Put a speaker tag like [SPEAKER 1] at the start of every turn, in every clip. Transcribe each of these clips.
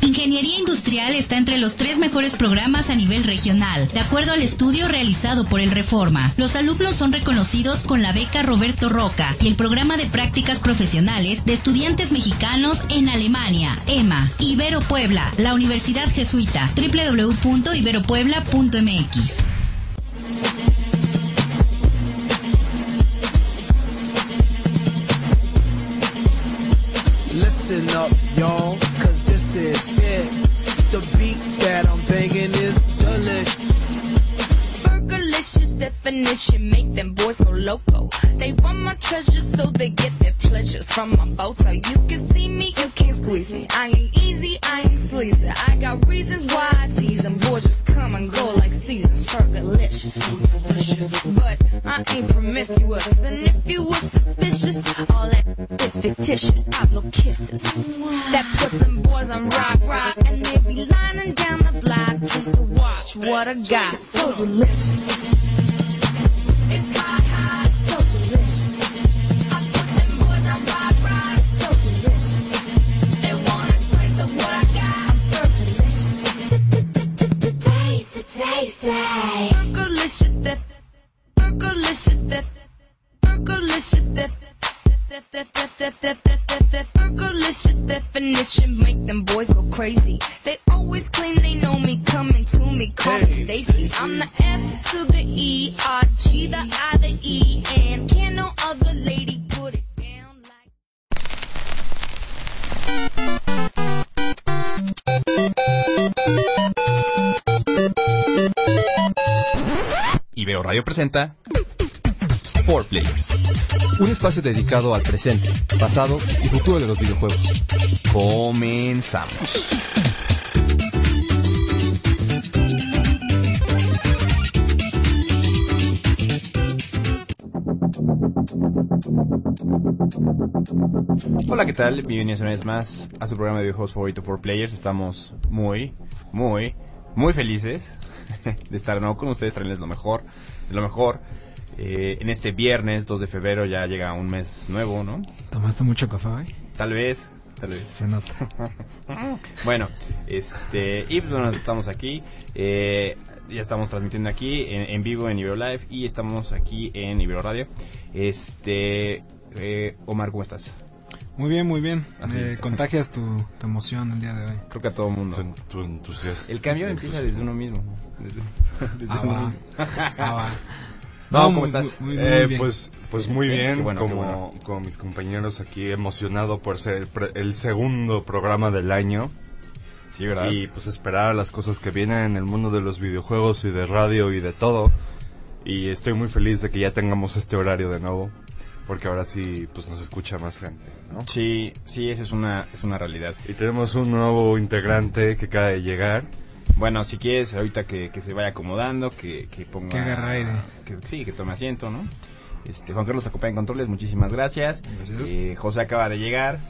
[SPEAKER 1] Ingeniería Industrial está entre los tres mejores programas a nivel regional, de acuerdo al estudio realizado por el Reforma. Los alumnos son reconocidos con la beca Roberto Roca y el programa de prácticas profesionales de estudiantes mexicanos en Alemania, EMA, Ibero Puebla, la Universidad Jesuita, www.iberopuebla.mx.
[SPEAKER 2] Listen up, y'all, cause this is it. The beat that I'm banging is delish.
[SPEAKER 3] Fergalicious definition, make them boys go loco. They want my treasures, so they get their pleasures from my boat. So you can see me, you can't squeeze me. I ain't easy, I ain't sleazy. I got reasons why I tease them. Boys just come and go like seasons. Fergalicious, but I ain't promiscuous. And if you were suspicious, all that is fictitious. I blow kisses. That put them boys on rock, rock, and they be lining down the block just to watch what I got. So delicious. It's hot, hot, so delicious. I put them boys on rock, rock, so delicious. They want a taste of what I got. Fergalicious. Taste it, taste it. Fergalicious, that. Fergalicious, that. Fergalicious, that. Fergalicious definition make them boys go crazy. They always claim they know me, coming to me, call me Stacy. I'm the F to the E, R G the I the E, and can no other lady put it down like.
[SPEAKER 4] Y veo Radio presenta Four Players
[SPEAKER 5] Un espacio dedicado al presente, pasado y futuro de los videojuegos.
[SPEAKER 4] Comenzamos. Hola, ¿qué tal? Bienvenidos una vez más a su programa de videojuegos favorito for players. Estamos muy, muy, muy felices de estar de nuevo con ustedes, traerles lo mejor, de lo mejor. Eh, en este viernes 2 de febrero ya llega un mes nuevo, ¿no?
[SPEAKER 6] ¿Tomaste mucho café hoy?
[SPEAKER 4] Tal vez, tal vez.
[SPEAKER 6] Se nota.
[SPEAKER 4] Bueno, este, y bueno, estamos aquí. eh, ya estamos transmitiendo aquí en, en vivo en Ibero Live y estamos aquí en Ibero Radio. Este, eh, Omar, ¿cómo estás?
[SPEAKER 6] Muy bien, muy bien.
[SPEAKER 4] Así.
[SPEAKER 6] Eh, contagias tu, tu emoción el día de hoy.
[SPEAKER 4] Creo que a todo el mundo.
[SPEAKER 7] Tu- tu entusiasmo.
[SPEAKER 4] El cambio empieza desde uno mismo. ¿no? Desde- desde uno mismo.
[SPEAKER 6] Ah, va.
[SPEAKER 4] Ah, No, ¿cómo
[SPEAKER 6] muy-
[SPEAKER 4] estás?
[SPEAKER 6] Muy, muy
[SPEAKER 7] Eh,
[SPEAKER 6] bien.
[SPEAKER 7] pues, pues muy
[SPEAKER 4] Eh,
[SPEAKER 7] bien,
[SPEAKER 4] qué bueno,
[SPEAKER 7] como,
[SPEAKER 4] qué bueno.
[SPEAKER 7] como mis compañeros aquí, emocionado por ser el, pre- el segundo programa del año
[SPEAKER 4] Sí, ¿verdad?
[SPEAKER 7] y pues esperar a las cosas que vienen en el mundo de los videojuegos y de radio y de todo. Y estoy muy feliz de que ya tengamos este horario de nuevo, porque ahora sí pues nos escucha más gente, ¿no?
[SPEAKER 4] Sí, sí, eso es una, es una realidad.
[SPEAKER 7] Y tenemos un nuevo integrante que acaba de llegar.
[SPEAKER 4] Bueno, si quieres, ahorita que, que se vaya acomodando, que, que ponga...
[SPEAKER 6] Que agarre aire.
[SPEAKER 4] que- sí, que tome asiento, ¿no? Este, Juan Carlos acompaña en controles, muchísimas gracias.
[SPEAKER 6] Gracias.
[SPEAKER 4] Eh, José acaba de llegar.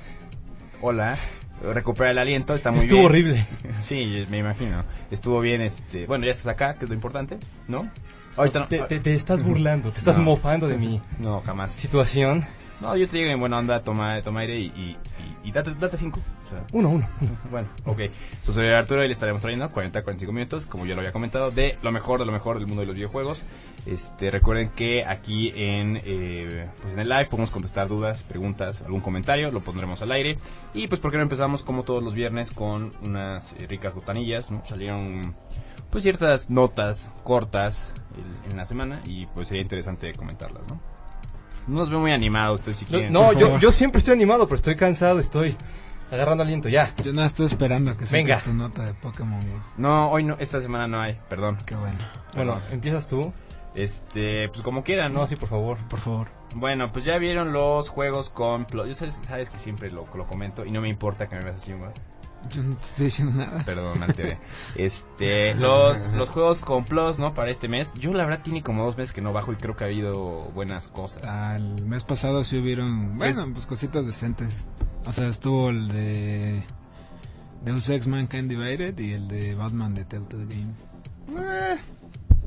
[SPEAKER 4] Hola. Recupera el aliento, está muy
[SPEAKER 6] Estuvo
[SPEAKER 4] bien.
[SPEAKER 6] horrible.
[SPEAKER 4] Sí, me imagino. Estuvo bien, este... Bueno, ya estás acá, que es lo importante, ¿no? Ahorita no...
[SPEAKER 8] Te, te- te estás burlando, te estás
[SPEAKER 4] No.
[SPEAKER 8] mofando de mi
[SPEAKER 4] No, jamás.
[SPEAKER 8] situación.
[SPEAKER 4] No, yo te digo en buena onda, toma, toma aire y, y, y- y date, date cinco. O sea,
[SPEAKER 8] Uno, uno. uno.
[SPEAKER 4] bueno, ok. Su servidor Arturo y le estaremos trayendo 40 45 minutos, como ya lo había comentado, de lo mejor de lo mejor del mundo de los videojuegos. Este, recuerden que aquí en, eh, pues en el live podemos contestar dudas, preguntas, algún comentario, lo pondremos al aire. Y pues, ¿por qué no empezamos como todos los viernes con unas eh, ricas botanillas? ¿no? Salieron pues ciertas notas cortas el- en la semana y pues sería interesante comentarlas, ¿no? No los veo muy animados, estoy si quieren.
[SPEAKER 8] No,
[SPEAKER 6] por
[SPEAKER 8] yo,
[SPEAKER 6] favor.
[SPEAKER 8] yo siempre estoy animado, pero estoy cansado, estoy agarrando aliento ya.
[SPEAKER 6] Yo nada, estoy esperando a que
[SPEAKER 8] Venga.
[SPEAKER 6] saques tu nota de Pokémon Go.
[SPEAKER 4] No, hoy no, esta semana no hay, perdón.
[SPEAKER 6] Qué bueno.
[SPEAKER 8] Bueno, empiezas tú.
[SPEAKER 4] Este, pues como quieran, ¿no?
[SPEAKER 8] No, sí, por favor.
[SPEAKER 6] Por favor.
[SPEAKER 4] Bueno, pues ya vieron los juegos con plot. Yo sabes, sabes que siempre lo, lo comento y no me importa que me veas así, güey.
[SPEAKER 6] Yo no te estoy diciendo nada.
[SPEAKER 4] Perdón, me alteré. Este, los, los juegos con plus, ¿no? Para este mes. Yo la verdad tiene como dos meses que no bajo y creo que ha habido buenas cosas.
[SPEAKER 6] Ah, el mes pasado sí hubieron, bueno, pues cositas decentes. O sea, estuvo el de Deus Ex Mankind Divided y el de Batman de Telltale Games. Eh,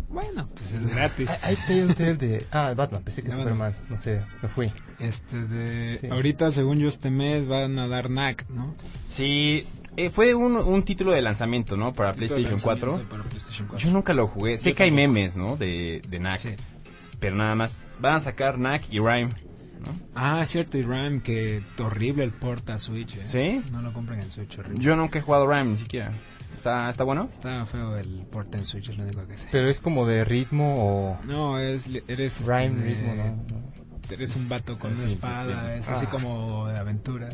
[SPEAKER 6] bueno, pues es gratis.
[SPEAKER 8] Hay Telltale de. Ah, Batman, pensé que
[SPEAKER 6] No,
[SPEAKER 8] Superman. No sé, me fui.
[SPEAKER 6] Este de
[SPEAKER 8] Sí.
[SPEAKER 6] ahorita según yo este mes van a dar NAC, ¿no?
[SPEAKER 4] Sí, eh, fue un, un título de lanzamiento, ¿no? Para PlayStation 4.
[SPEAKER 6] Para PlayStation 4.
[SPEAKER 4] Yo nunca lo jugué. Sé
[SPEAKER 6] Yo
[SPEAKER 4] que hay
[SPEAKER 6] tampoco.
[SPEAKER 4] memes, ¿no? De, de Knack.
[SPEAKER 6] Sí.
[SPEAKER 4] Pero nada más. Van a sacar Knack y Rhyme.
[SPEAKER 6] Ah, cierto, y RAM, que horrible el porta Switch. eh.
[SPEAKER 4] ¿Sí?
[SPEAKER 6] No lo compren en Switch, horrible.
[SPEAKER 4] Yo nunca he jugado Rhyme ni siquiera. ¿Está, está bueno?
[SPEAKER 6] Estaba feo el porta en Switch, es lo único que sé.
[SPEAKER 8] Pero es como de ritmo o...
[SPEAKER 6] No, es, li- eres, este,
[SPEAKER 8] Rhyme,
[SPEAKER 6] de-
[SPEAKER 8] ritmo, ¿no? Ah.
[SPEAKER 6] eres un vato
[SPEAKER 4] Ah,
[SPEAKER 6] con una
[SPEAKER 8] Sí,
[SPEAKER 6] espada, es así como de aventura.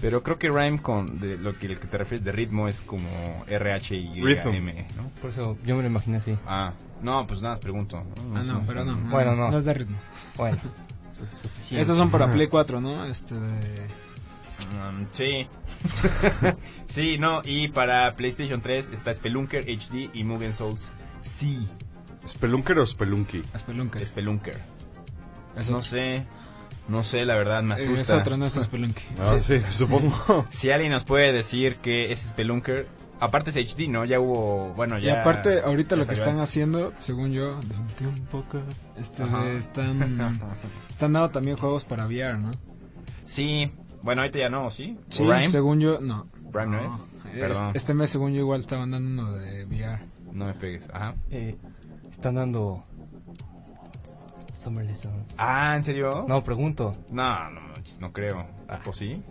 [SPEAKER 4] Pero creo que Rhyme con de lo que, el que te refieres de ritmo es como RH y
[SPEAKER 7] Rhythm.
[SPEAKER 4] M, ¿no?
[SPEAKER 8] Por eso yo me lo imagino así.
[SPEAKER 4] Ah, no, pues nada, pregunto.
[SPEAKER 6] Ah, no, pero no.
[SPEAKER 8] Bueno, no.
[SPEAKER 6] No es de ritmo.
[SPEAKER 8] Bueno.
[SPEAKER 6] Esos son para Play 4, ¿no? Este de-
[SPEAKER 4] Mm, sí. sí, no, y para PlayStation 3 está Spelunker HD y Mugen Souls
[SPEAKER 7] Sí. ¿Spelunker o Spelunky?
[SPEAKER 6] Spelunker.
[SPEAKER 4] Spelunker.
[SPEAKER 6] Es
[SPEAKER 4] No
[SPEAKER 6] otro.
[SPEAKER 4] sé, no sé, la verdad me
[SPEAKER 6] Eh,
[SPEAKER 4] asusta.
[SPEAKER 6] Es otro, no es Spelunky.
[SPEAKER 7] Ah, sí, supongo.
[SPEAKER 4] Si alguien nos puede decir que es Spelunker, aparte es HD, ¿no? Ya hubo, bueno,
[SPEAKER 6] Y
[SPEAKER 4] ya...
[SPEAKER 6] aparte, ahorita
[SPEAKER 4] ya
[SPEAKER 6] lo que
[SPEAKER 4] salió
[SPEAKER 6] están
[SPEAKER 4] antes.
[SPEAKER 6] haciendo, según yo, de un tiempo acá, este,
[SPEAKER 4] Ajá.
[SPEAKER 6] de- están, están dando también juegos para VR, ¿no?
[SPEAKER 4] Sí, bueno, ahorita ya no, ¿sí?
[SPEAKER 6] Sí,
[SPEAKER 4] Rhyme.
[SPEAKER 6] según yo, no.
[SPEAKER 4] Rhyme no es.
[SPEAKER 6] Eh,
[SPEAKER 4] Perdón.
[SPEAKER 6] Este, este mes, según yo, igual estaban dando uno de VR.
[SPEAKER 4] No me pegues, ajá.
[SPEAKER 8] Eh, están dando... Summerless Sounds.
[SPEAKER 4] Ah, ¿en serio?
[SPEAKER 8] No, pregunto.
[SPEAKER 4] No, no, manches, no creo. ¿O sí?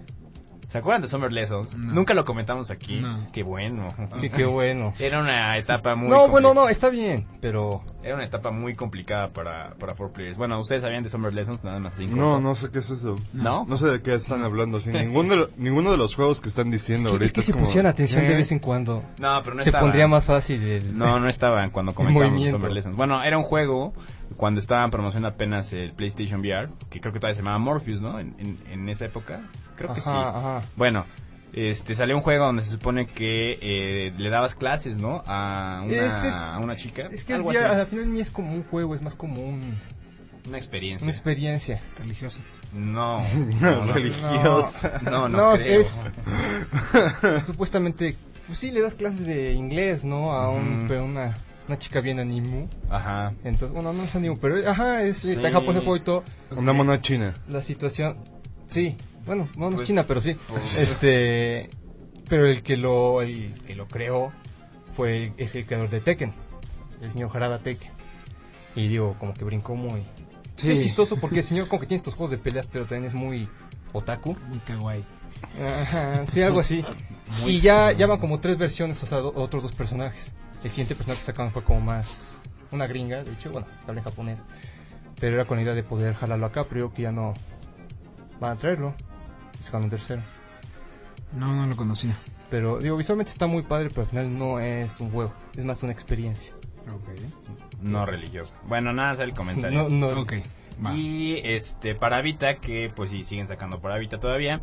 [SPEAKER 4] ¿Se acuerdan de Summer Lessons?
[SPEAKER 6] No.
[SPEAKER 4] Nunca lo comentamos aquí.
[SPEAKER 6] No.
[SPEAKER 4] Qué bueno.
[SPEAKER 8] Qué, qué bueno.
[SPEAKER 4] Era una etapa muy
[SPEAKER 8] Ah. No,
[SPEAKER 4] compli-
[SPEAKER 8] bueno, no, está bien. Pero
[SPEAKER 4] Era una etapa muy complicada para, para Four Players. Bueno, ustedes sabían de Summer Lessons, nada más cinco.
[SPEAKER 7] No, no sé qué es eso.
[SPEAKER 4] ¿No?
[SPEAKER 7] No sé de qué están hablando. Sí, ninguno, de lo- ninguno de los juegos que están
[SPEAKER 8] es
[SPEAKER 7] diciendo
[SPEAKER 8] que,
[SPEAKER 7] ahorita
[SPEAKER 8] es que
[SPEAKER 7] es
[SPEAKER 8] si
[SPEAKER 7] como-
[SPEAKER 8] pusieran atención
[SPEAKER 4] ¿Eh?
[SPEAKER 8] de vez en cuando,
[SPEAKER 4] No, pero no
[SPEAKER 8] se
[SPEAKER 4] estaban.
[SPEAKER 8] pondría más fácil el...
[SPEAKER 4] No, no estaban cuando
[SPEAKER 8] El
[SPEAKER 4] comentábamos
[SPEAKER 8] movimiento.
[SPEAKER 4] Summer Lessons. Bueno, era un juego cuando estaba en promoción apenas el PlayStation VR, que creo que todavía se llamaba Morpheus, ¿no? En, en- en esa época. Creo que
[SPEAKER 8] Ajá,
[SPEAKER 4] sí.
[SPEAKER 8] ajá.
[SPEAKER 4] Bueno, este salió un juego donde se supone que eh, le dabas clases, ¿no? A una,
[SPEAKER 8] Es- es-
[SPEAKER 4] a una chica.
[SPEAKER 8] Es que
[SPEAKER 4] Algo
[SPEAKER 8] es VR,
[SPEAKER 4] así.
[SPEAKER 8] al final ni es como un juego, es más como un-
[SPEAKER 4] Una
[SPEAKER 8] una
[SPEAKER 4] experiencia.
[SPEAKER 8] experiencia.
[SPEAKER 6] Religioso.
[SPEAKER 4] No. no, no.
[SPEAKER 7] religiosa.
[SPEAKER 4] No, no,
[SPEAKER 8] No, es-
[SPEAKER 4] creo.
[SPEAKER 8] es- Supuestamente, pues sí, le das clases de inglés, ¿no? A un,
[SPEAKER 4] Ujú.
[SPEAKER 8] pero una, una chica bien animu.
[SPEAKER 4] Ajá.
[SPEAKER 8] Entonces, bueno, no es animu, pero ajá, es, eh,
[SPEAKER 4] Sí.
[SPEAKER 8] está en Japón se juego y todo.
[SPEAKER 7] Una mona china.
[SPEAKER 8] La situación, sí, bueno, no, no es
[SPEAKER 4] Pues,
[SPEAKER 8] China, pero sí.
[SPEAKER 4] pues-
[SPEAKER 8] Este, pero el que lo, el que lo creó fue el- es el creador de Tekken, el señor Harada Tekken. Y digo, como que brincó muy...
[SPEAKER 6] Sí.
[SPEAKER 8] Es chistoso porque el señor como que tiene estos juegos de peleas, pero también es muy otaku.
[SPEAKER 4] Mm,
[SPEAKER 6] Muy kawaii.
[SPEAKER 8] Ajá, sí, algo así. y ya, ya van como tres versiones, o sea, do- otros dos personajes. El siguiente personaje que sacaron fue como más una gringa, de hecho, bueno, habla en japonés. Pero era con la idea de poder jalarlo acá, pero yo creo que ya no van a traerlo. Y sacaron un tercero.
[SPEAKER 6] No, no lo conocía.
[SPEAKER 8] Pero digo, visualmente está muy padre, pero al final no es un juego, es más una experiencia.
[SPEAKER 4] No religiosa. Bueno, nada, es el comentario.
[SPEAKER 8] No, no,
[SPEAKER 6] Ok, va.
[SPEAKER 4] Y este, para Vita, que pues sí, siguen sacando para Vita todavía.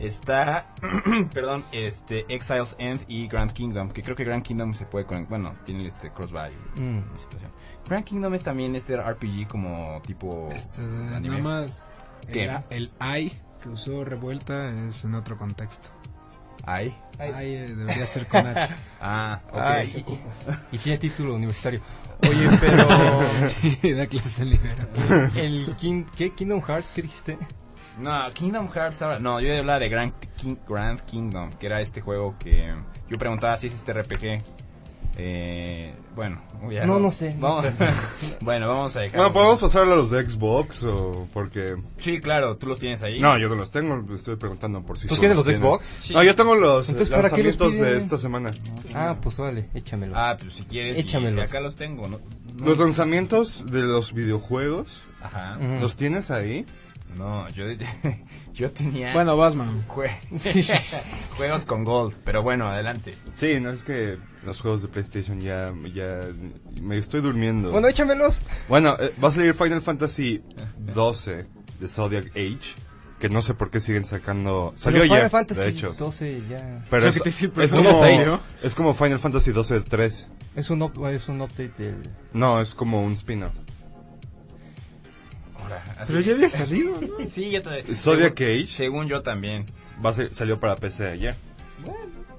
[SPEAKER 4] Está, perdón, este, Exiles End y Grand Kingdom. Que creo que Grand Kingdom se puede conectar. Bueno, tiene este crossbuy.
[SPEAKER 8] Mm.
[SPEAKER 4] la situación. Grand Kingdom es también este RPG como tipo.
[SPEAKER 6] Este, de-
[SPEAKER 4] Oh, anime.
[SPEAKER 6] nada más.
[SPEAKER 4] ¿Qué?
[SPEAKER 6] El, a- el AI que usó Revuelta es en otro contexto.
[SPEAKER 4] Ay.
[SPEAKER 8] Ay.
[SPEAKER 6] AI eh, debería ser con H.
[SPEAKER 4] Ah, ok.
[SPEAKER 8] Ay, se ocupas. y tiene título universitario. Oye, pero
[SPEAKER 6] y da clase ligera.
[SPEAKER 8] el King, ¿qué? Kingdom Hearts, ¿qué dijiste?
[SPEAKER 4] No, Kingdom Hearts ahora. No, yo hablaba de Grand, King- Grand Kingdom, que era este juego que yo preguntaba si es este RPG. Eh, bueno, ya
[SPEAKER 8] No, no sé.
[SPEAKER 4] Vamos- bueno, vamos a dejar.
[SPEAKER 7] Bueno, podemos pasar a los de Xbox o porque...
[SPEAKER 4] Sí, claro, tú los tienes ahí.
[SPEAKER 7] No, yo no los tengo, estoy preguntando por si
[SPEAKER 8] ¿Tú
[SPEAKER 7] tú
[SPEAKER 8] tienes los de
[SPEAKER 7] tienes.
[SPEAKER 8] Xbox?
[SPEAKER 4] Sí.
[SPEAKER 7] No, yo tengo los eh,
[SPEAKER 8] Entonces, ¿para qué los
[SPEAKER 7] lanzamientos de
[SPEAKER 8] piden?
[SPEAKER 7] esta semana.
[SPEAKER 8] Ah, pues vale, échamelo.
[SPEAKER 4] Ah, pero si quieres. y
[SPEAKER 8] Échamelos.
[SPEAKER 4] Acá los tengo, ¿no? no.
[SPEAKER 7] Los lanzamientos de los videojuegos,
[SPEAKER 4] Ajá.
[SPEAKER 8] Mm.
[SPEAKER 7] ¿los tienes ahí?
[SPEAKER 4] No, yo, yo tenía.
[SPEAKER 6] Bueno, Basman.
[SPEAKER 4] jue- juegos con gold, pero bueno, adelante.
[SPEAKER 7] Sí, no es que los juegos de PlayStation ya, ya me estoy durmiendo.
[SPEAKER 8] Bueno, échamelos.
[SPEAKER 7] Bueno, eh, va a salir Final Fantasy
[SPEAKER 6] Ah,
[SPEAKER 7] 12 de Zodiac Age, que no sé por qué siguen sacando. Salió
[SPEAKER 8] Pero
[SPEAKER 7] ayer,
[SPEAKER 8] Final Fantasy
[SPEAKER 7] de hecho.
[SPEAKER 8] 12 ya.
[SPEAKER 7] Pero
[SPEAKER 6] Creo
[SPEAKER 7] es,
[SPEAKER 6] que te sí,
[SPEAKER 7] es
[SPEAKER 6] pero son
[SPEAKER 7] como,
[SPEAKER 6] las seis, ¿no?
[SPEAKER 7] es como Final Fantasy 12 3.
[SPEAKER 8] Es un, up- es un update del.
[SPEAKER 7] No, es como un spin-off.
[SPEAKER 4] Ahora, así-
[SPEAKER 6] Pero ya había salido.
[SPEAKER 4] Sí, yo te.
[SPEAKER 7] Zodiac
[SPEAKER 4] según-
[SPEAKER 7] Age.
[SPEAKER 4] Según yo también.
[SPEAKER 7] Va a ser- salió para PC ayer.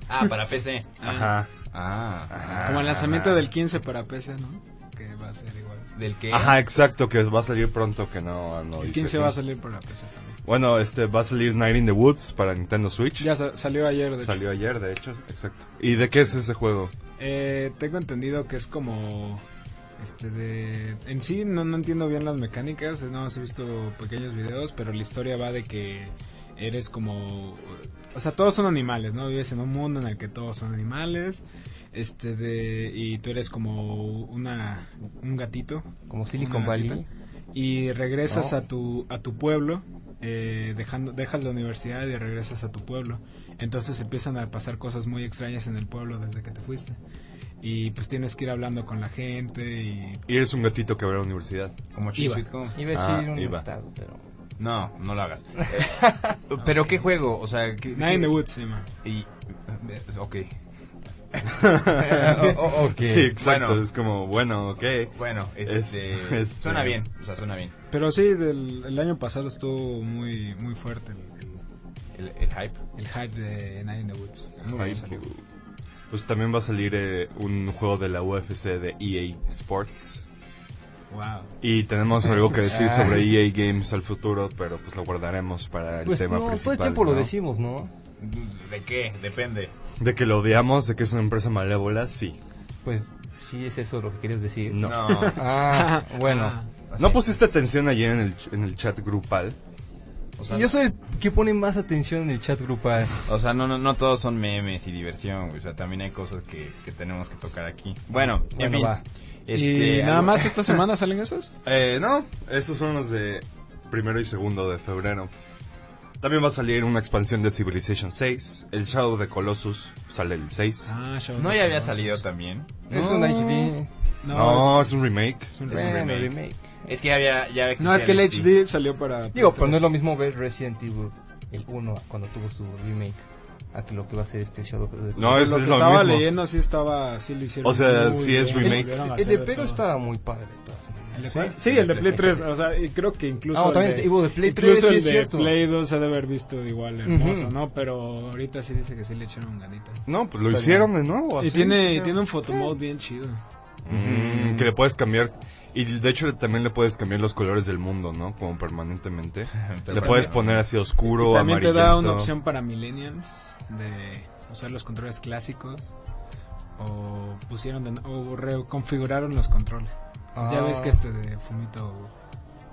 [SPEAKER 4] Ah, para PC.
[SPEAKER 7] Ajá.
[SPEAKER 4] Ah.
[SPEAKER 6] Ah,
[SPEAKER 7] Ah.
[SPEAKER 6] Como el lanzamiento del 15 para PC, ¿no? que va a ser igual.
[SPEAKER 4] Del que.
[SPEAKER 7] Ajá, exacto, que va a salir pronto, que no, no
[SPEAKER 6] El
[SPEAKER 7] Oh, dice
[SPEAKER 6] 15
[SPEAKER 7] aquí.
[SPEAKER 6] va a salir para PC también.
[SPEAKER 7] Bueno, este va a salir Night in the Woods para Nintendo Switch.
[SPEAKER 6] Ya sa- salió ayer, de hecho.
[SPEAKER 7] Salió ayer, de hecho, exacto. ¿Y de qué es ese juego?
[SPEAKER 6] Eh, tengo entendido que es como... Este de... En sí no, no entiendo bien las mecánicas, eh, nada más he visto pequeños videos, pero la historia va de que eres como... O sea, todos son animales, ¿no? Vives en un mundo en el que todos son animales. Este de... Y tú eres como una, un gatito,
[SPEAKER 8] Como
[SPEAKER 6] Silicon
[SPEAKER 8] Silicon
[SPEAKER 7] Ah,
[SPEAKER 8] Valley.
[SPEAKER 6] y regresas
[SPEAKER 8] No.
[SPEAKER 6] a tu a tu pueblo eh, dejando dejas la universidad y regresas a tu pueblo entonces empiezan a pasar cosas muy extrañas en el pueblo desde que te fuiste y pues tienes que ir hablando con la gente y
[SPEAKER 7] Y eres un gatito que va a la universidad.
[SPEAKER 4] Como
[SPEAKER 6] Iba.
[SPEAKER 4] Sweet Home.
[SPEAKER 8] Iba a
[SPEAKER 7] Ah,
[SPEAKER 8] decir un
[SPEAKER 7] iba.
[SPEAKER 8] estado, pero.
[SPEAKER 4] No, no lo hagas. Pero qué juego, o sea. ¿qué-
[SPEAKER 6] Nine in the
[SPEAKER 4] qué-
[SPEAKER 6] Woods se llama
[SPEAKER 4] Y, eh, ok.
[SPEAKER 8] Oh,
[SPEAKER 7] Sí, exacto,
[SPEAKER 4] Bueno.
[SPEAKER 7] es como, bueno, ok.
[SPEAKER 4] Bueno,
[SPEAKER 7] Es-
[SPEAKER 4] este,
[SPEAKER 7] es-
[SPEAKER 4] suena bien, o sea, suena bien.
[SPEAKER 6] pero sí del, el año pasado estuvo muy muy fuerte el, el-
[SPEAKER 4] El, el hype.
[SPEAKER 6] el hype de Nine in the Woods Muy
[SPEAKER 7] Ahí,
[SPEAKER 6] bueno salió.
[SPEAKER 7] Pues también va a salir eh, un juego de la UFC de EA Sports.
[SPEAKER 6] wow
[SPEAKER 7] Y tenemos algo que
[SPEAKER 8] Ah.
[SPEAKER 7] decir sobre EA Games al futuro, pero pues lo guardaremos para el
[SPEAKER 8] Pues
[SPEAKER 7] tema
[SPEAKER 8] no, todo
[SPEAKER 7] principal.
[SPEAKER 8] el tiempo lo
[SPEAKER 7] ¿no?
[SPEAKER 8] decimos, ¿no?
[SPEAKER 4] ¿De qué? Depende.
[SPEAKER 7] De que lo odiamos, de que es una empresa malévola, sí.
[SPEAKER 8] Pues sí, es eso lo que quieres decir.
[SPEAKER 7] No.
[SPEAKER 4] No.
[SPEAKER 8] Ah, bueno.
[SPEAKER 6] Ah,
[SPEAKER 7] ¿No pusiste atención ayer en el, en el chat grupal?
[SPEAKER 4] o, sea,
[SPEAKER 8] Yo soy el que pone más atención en el chat grupal.
[SPEAKER 4] o sea, no, no, no todos son memes y diversión, güey, o sea, también hay cosas que, que tenemos que tocar aquí. Bueno, en
[SPEAKER 8] Bueno,
[SPEAKER 4] fin.
[SPEAKER 8] va.
[SPEAKER 4] Este,
[SPEAKER 6] y nada
[SPEAKER 4] algo-
[SPEAKER 6] más esta semana salen esos
[SPEAKER 7] Eh, no, esos son los de primero y segundo de febrero. También va a salir una expansión de Civilization 6. El Shadow de Colossus sale el 6.
[SPEAKER 6] ah, Shadow
[SPEAKER 4] No
[SPEAKER 6] of
[SPEAKER 4] ya
[SPEAKER 6] the
[SPEAKER 4] había
[SPEAKER 6] Colossus.
[SPEAKER 4] salido también.
[SPEAKER 8] Es un HD.
[SPEAKER 6] no,
[SPEAKER 7] no,
[SPEAKER 6] es-
[SPEAKER 7] es, un remake.
[SPEAKER 6] es un
[SPEAKER 4] Es un
[SPEAKER 8] Bueno,
[SPEAKER 4] remake.
[SPEAKER 8] remake.
[SPEAKER 4] Es que ya había ya existía
[SPEAKER 6] No, es que el
[SPEAKER 4] HD.
[SPEAKER 6] HD salió para...
[SPEAKER 8] Digo, pero no es lo mismo ver Resident Evil el 1 cuando tuvo su remake a que lo que va a ser este Shadow of the
[SPEAKER 7] No, es,
[SPEAKER 6] lo
[SPEAKER 7] es
[SPEAKER 6] que
[SPEAKER 7] lo
[SPEAKER 6] estaba
[SPEAKER 7] mismo.
[SPEAKER 6] leyendo sí estaba... Sí lo hicieron
[SPEAKER 7] O sea,
[SPEAKER 6] muy
[SPEAKER 7] sí es
[SPEAKER 6] bien,
[SPEAKER 7] remake.
[SPEAKER 6] volvieron a
[SPEAKER 8] El de
[SPEAKER 6] hacer
[SPEAKER 8] Pedro
[SPEAKER 6] todos.
[SPEAKER 8] estaba muy padre de todas maneras.
[SPEAKER 6] ¿El de
[SPEAKER 4] ¿Sí?
[SPEAKER 6] cuál? Sí, el de Play 3, o sea, y creo que incluso...
[SPEAKER 8] Ah, también
[SPEAKER 6] el
[SPEAKER 8] el de- hubo de Play
[SPEAKER 6] incluso
[SPEAKER 8] 3, sí
[SPEAKER 6] el
[SPEAKER 8] es
[SPEAKER 6] de
[SPEAKER 8] cierto.
[SPEAKER 6] Play 2 se debe haber visto igual hermoso,
[SPEAKER 8] Ujú.
[SPEAKER 6] ¿no? Pero ahorita sí dice que sí le echaron ganitas.
[SPEAKER 7] No, pues lo hicieron de nuevo.
[SPEAKER 6] Y
[SPEAKER 7] así.
[SPEAKER 6] tiene, tiene un photomode bien chido.
[SPEAKER 7] Mm, que le puedes cambiar. Y de hecho también le puedes cambiar los colores del mundo, ¿no? Como permanentemente. le puedes poner así oscuro,
[SPEAKER 6] También te
[SPEAKER 7] amarillento.
[SPEAKER 6] da una opción para millennials de usar los controles clásicos o pusieron de- o reconfiguraron los controles. Pues Ya
[SPEAKER 8] Ah.
[SPEAKER 6] ves que este de Fumito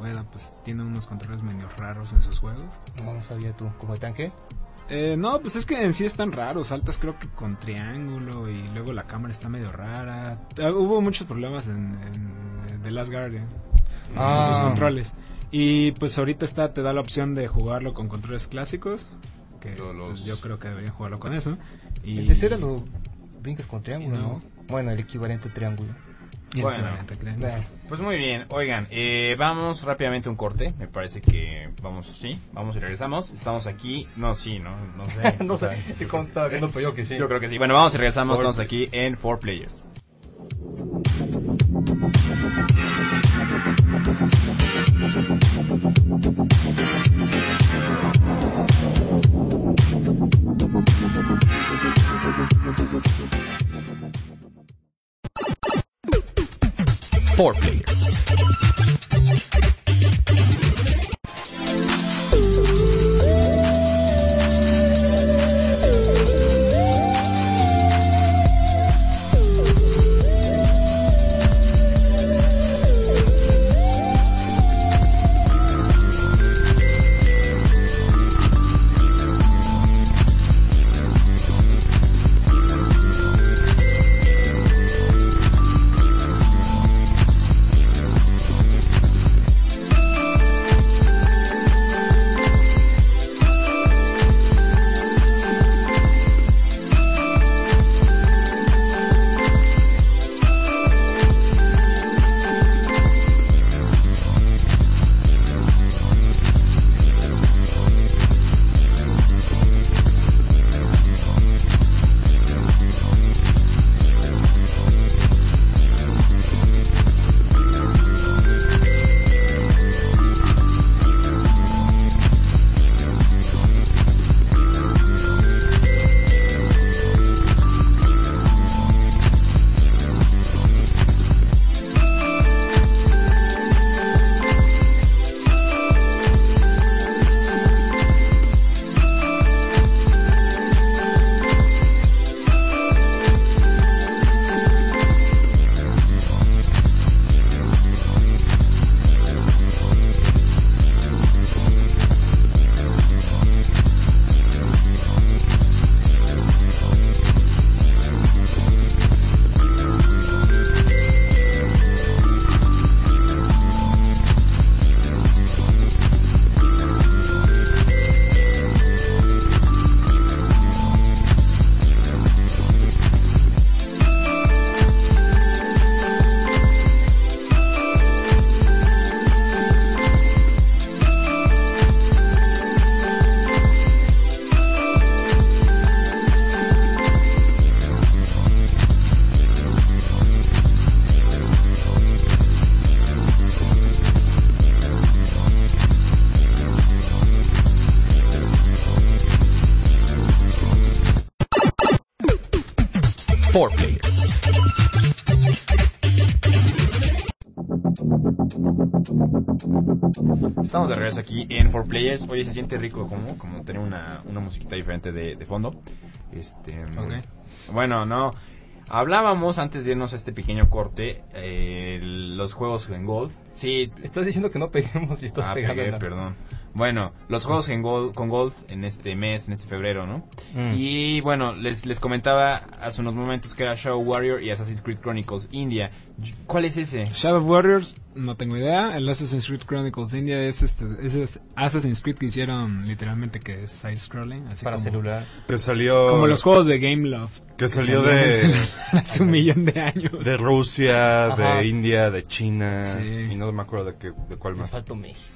[SPEAKER 6] Ueda pues tiene unos controles medio raros en sus juegos.
[SPEAKER 8] No, no sabía tú. ¿Como el tanque?
[SPEAKER 6] Eh, no, pues es que en sí están raros, saltas creo que con triángulo y luego la cámara está medio rara. Ah, hubo muchos problemas en, en, eh, The Last Guardian
[SPEAKER 8] Ah.
[SPEAKER 6] con sus controles. Y pues ahorita está, te da la opción de jugarlo con controles clásicos. Que
[SPEAKER 4] Yo los-
[SPEAKER 6] pues, yo creo que debería jugarlo con eso. Y
[SPEAKER 8] El tercero lo brincas con triángulo,
[SPEAKER 6] y no.
[SPEAKER 8] ¿no? Bueno, el equivalente triángulo.
[SPEAKER 6] y el
[SPEAKER 4] Bueno.
[SPEAKER 6] equivalente, creo.
[SPEAKER 8] Nah.
[SPEAKER 4] Pues muy bien, oigan, eh, vamos rápidamente a un corte, me parece que vamos, sí, vamos y regresamos, estamos aquí, no, sí, no, no sé,
[SPEAKER 8] no
[SPEAKER 4] o sea,
[SPEAKER 8] sé, ¿cómo estaba viendo? Pero yo que sí.
[SPEAKER 4] yo creo que sí, bueno, vamos y regresamos, estamos aquí en Four Players.
[SPEAKER 5] Four Players. Four Players.
[SPEAKER 4] Estamos de regreso aquí en 4 Players. Oye, se siente rico como, como tener una, una musiquita diferente de, de fondo. Este,
[SPEAKER 6] Ok.
[SPEAKER 4] Bueno, no. Hablábamos antes de irnos a este pequeño corte, eh, los juegos en Gold. Sí,
[SPEAKER 8] Estás diciendo que no peguemos y estás
[SPEAKER 4] ah,
[SPEAKER 8] pegando.
[SPEAKER 4] pegué,
[SPEAKER 8] en la-
[SPEAKER 4] perdón. Bueno, los juegos en Gold, con Gold en este mes, en este febrero, ¿no?
[SPEAKER 8] Mm.
[SPEAKER 4] Y bueno, les, les comentaba hace unos momentos que era Shadow Warrior y Assassin's Creed Chronicles India. Y- ¿Cuál es ese?
[SPEAKER 6] Shadow Warriors, no tengo idea. El Assassin's Creed Chronicles India es este, es este Assassin's Creed que hicieron literalmente que es side scrolling, así
[SPEAKER 8] Para
[SPEAKER 6] como,
[SPEAKER 8] celular.
[SPEAKER 7] Que salió.
[SPEAKER 6] como los juegos de Gameloft
[SPEAKER 7] Que salió de-
[SPEAKER 6] hace un millón de años.
[SPEAKER 7] De Rusia,
[SPEAKER 8] Ajá.
[SPEAKER 7] de India, de China.
[SPEAKER 6] Sí.
[SPEAKER 7] Y no me acuerdo de, qué, de cuál
[SPEAKER 8] Me
[SPEAKER 7] más.
[SPEAKER 8] faltó México.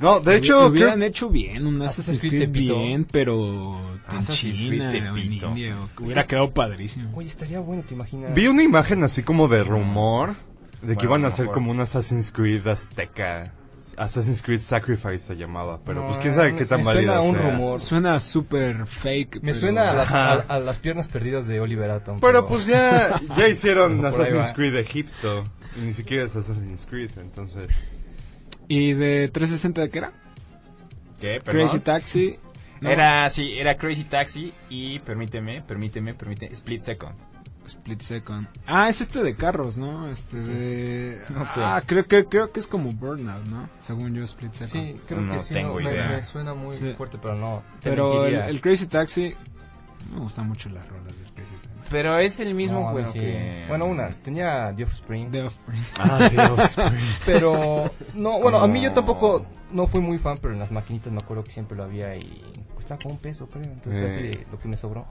[SPEAKER 7] No, de hecho,
[SPEAKER 6] hubieran
[SPEAKER 7] creo-
[SPEAKER 6] hecho bien un Assassin's
[SPEAKER 8] Assassin's
[SPEAKER 6] Creed
[SPEAKER 8] Creed Tepito.
[SPEAKER 6] bien, pero en
[SPEAKER 4] Assassin's Creed
[SPEAKER 6] China o en
[SPEAKER 4] Tepito.
[SPEAKER 6] India o- hubiera quedado padrísimo.
[SPEAKER 8] Oye, estaría bueno, ¿te imaginas?
[SPEAKER 7] vi una imagen así como de rumor de que
[SPEAKER 4] Bueno,
[SPEAKER 7] iban
[SPEAKER 4] no
[SPEAKER 7] a hacer
[SPEAKER 4] me acuerdo.
[SPEAKER 7] como un Assassin's Creed azteca. Assassin's Creed Sacrifice se llamaba, pero pues quién
[SPEAKER 6] eh,
[SPEAKER 8] No,
[SPEAKER 7] sabe qué tan
[SPEAKER 8] me suena
[SPEAKER 7] válida
[SPEAKER 8] a un
[SPEAKER 7] sea.
[SPEAKER 8] rumor.
[SPEAKER 6] Suena súper fake.
[SPEAKER 8] Me
[SPEAKER 6] pero-
[SPEAKER 8] suena a las, a, a las piernas perdidas de Oliver Atom.
[SPEAKER 7] Pero pues ya, ya hicieron
[SPEAKER 8] Por ahí
[SPEAKER 7] Assassin's
[SPEAKER 8] va.
[SPEAKER 7] Creed Egipto. Y ni siquiera es Assassin's Creed, entonces.
[SPEAKER 6] ¿Y de 360 de qué era?
[SPEAKER 4] ¿Qué? Perdón.
[SPEAKER 6] Crazy Taxi. No,
[SPEAKER 4] Era, sí, era Crazy Taxi y permíteme, permíteme, permíteme, Split Second.
[SPEAKER 6] Split Second. Ah, es este de carros, ¿no? Este de...
[SPEAKER 4] No sé.
[SPEAKER 6] Ah, creo, creo, creo que es como Burnout, ¿no? Según yo, Split Second.
[SPEAKER 8] Sí, creo
[SPEAKER 4] No
[SPEAKER 8] que sí.
[SPEAKER 4] tengo
[SPEAKER 8] me,
[SPEAKER 4] idea.
[SPEAKER 8] me suena muy
[SPEAKER 6] Sí.
[SPEAKER 8] fuerte, pero no. te
[SPEAKER 6] Pero el,
[SPEAKER 8] mentiría.
[SPEAKER 6] el Crazy Taxi... Me gustan mucho las rolas del Crazy Taxi.
[SPEAKER 4] Pero es el mismo
[SPEAKER 8] No, a mí
[SPEAKER 4] juego
[SPEAKER 8] sí.
[SPEAKER 4] que...
[SPEAKER 8] Bueno, unas. Tenía The Offspring.
[SPEAKER 6] The Offspring.
[SPEAKER 7] Ah, Dios.
[SPEAKER 8] Pero, no, bueno, a mí yo
[SPEAKER 4] Como-
[SPEAKER 8] tampoco no fui muy fan, pero en las maquinitas me acuerdo que siempre lo había y costaba como un peso, creo. Entonces,
[SPEAKER 7] Eh.
[SPEAKER 8] así de lo que me sobró.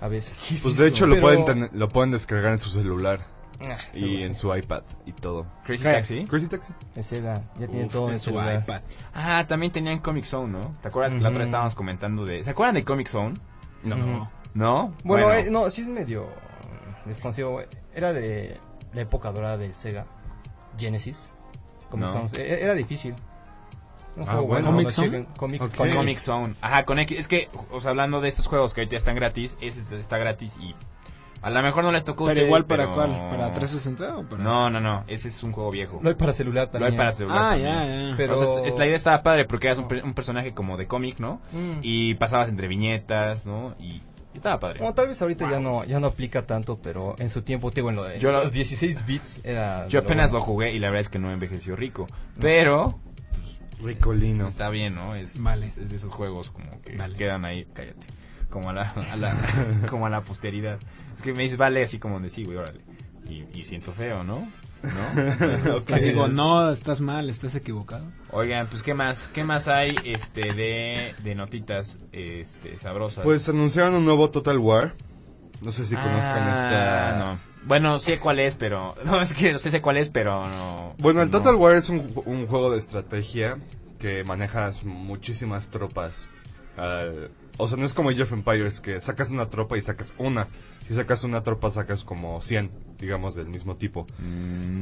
[SPEAKER 8] A veces.
[SPEAKER 7] Pues de hecho lo,
[SPEAKER 8] Pero-
[SPEAKER 7] pueden tener- lo pueden descargar en su celular
[SPEAKER 8] Ah,
[SPEAKER 7] y en
[SPEAKER 8] su.
[SPEAKER 7] su iPad y todo.
[SPEAKER 4] Crazy Taxi.
[SPEAKER 7] Crazy Taxi.
[SPEAKER 8] Sega, ya tiene
[SPEAKER 6] Uf,
[SPEAKER 8] todo en
[SPEAKER 6] su
[SPEAKER 8] celular.
[SPEAKER 6] iPad.
[SPEAKER 4] Ah, también tenían Comic Zone, ¿no? ¿Te acuerdas que la otra vez
[SPEAKER 8] Ujú.
[SPEAKER 4] estábamos comentando de... ¿Se acuerdan de Comic Zone?
[SPEAKER 7] No.
[SPEAKER 8] Ujú.
[SPEAKER 4] ¿No?
[SPEAKER 8] Bueno, eh, no, sí es medio mm, desconocido. güey. Era de la época dorada del Sega Genesis. Comenzamos. E- Era difícil. Un
[SPEAKER 7] Ah, bueno.
[SPEAKER 8] juego bueno.
[SPEAKER 6] ¿Comic
[SPEAKER 8] lo
[SPEAKER 6] Zone?
[SPEAKER 8] chequen. Comic,
[SPEAKER 7] Ok.
[SPEAKER 8] Comic-
[SPEAKER 4] Comic Zone. Ajá, con X. Es que, o sea, hablando de estos juegos que ahorita están gratis, ese está- está gratis y... A lo mejor no les tocó a
[SPEAKER 6] Pero
[SPEAKER 4] ustedes,
[SPEAKER 6] igual para
[SPEAKER 4] pero-
[SPEAKER 6] cuál? ¿Para 360 o para...?
[SPEAKER 4] No, no, no. Ese es un juego viejo.
[SPEAKER 8] Lo hay para celular
[SPEAKER 4] Lo
[SPEAKER 8] también.
[SPEAKER 4] hay para celular
[SPEAKER 6] Ah,
[SPEAKER 4] también.
[SPEAKER 6] ya, ya.
[SPEAKER 8] Pero-
[SPEAKER 4] O sea, es- es- la idea estaba padre porque eras un, per- un personaje como de cómic, ¿no?
[SPEAKER 8] Mm.
[SPEAKER 4] Y pasabas entre viñetas, ¿no? Y estaba padre.
[SPEAKER 8] Bueno, tal vez ahorita ya no ya no aplica tanto, pero en su tiempo, te digo, en lo de
[SPEAKER 4] Yo lo-
[SPEAKER 8] los 16 bits era...
[SPEAKER 4] Yo apenas lo jugué y la verdad es que no envejeció rico.
[SPEAKER 6] Mm.
[SPEAKER 4] Pero
[SPEAKER 7] Ricolino.
[SPEAKER 4] está bien, ¿no? Es,
[SPEAKER 6] Vale.
[SPEAKER 4] es, es de esos juegos como que
[SPEAKER 6] Vale.
[SPEAKER 4] quedan ahí, cállate. Como a la, a la- como a la posteridad. Es que me dices, vale, así como de sí, güey, órale. Y, y siento feo, ¿no? ¿No? Entonces,
[SPEAKER 6] Te digo, no, estás mal, estás equivocado.
[SPEAKER 4] Oigan, pues qué más, qué más hay este de, de notitas este sabrosas.
[SPEAKER 7] Pues anunciaron un nuevo Total War. No sé si conozcan
[SPEAKER 4] Ah,
[SPEAKER 7] esta.
[SPEAKER 4] no. Bueno, sé cuál es, pero. No, es que no sé, sé cuál es, pero no.
[SPEAKER 7] Bueno, el
[SPEAKER 4] no.
[SPEAKER 7] Total War es un, ju- un juego de estrategia que manejas muchísimas tropas. Al- o sea, no es como Age of Empires que sacas una tropa y sacas una. Si sacas una tropa, sacas como 100, digamos, del mismo tipo.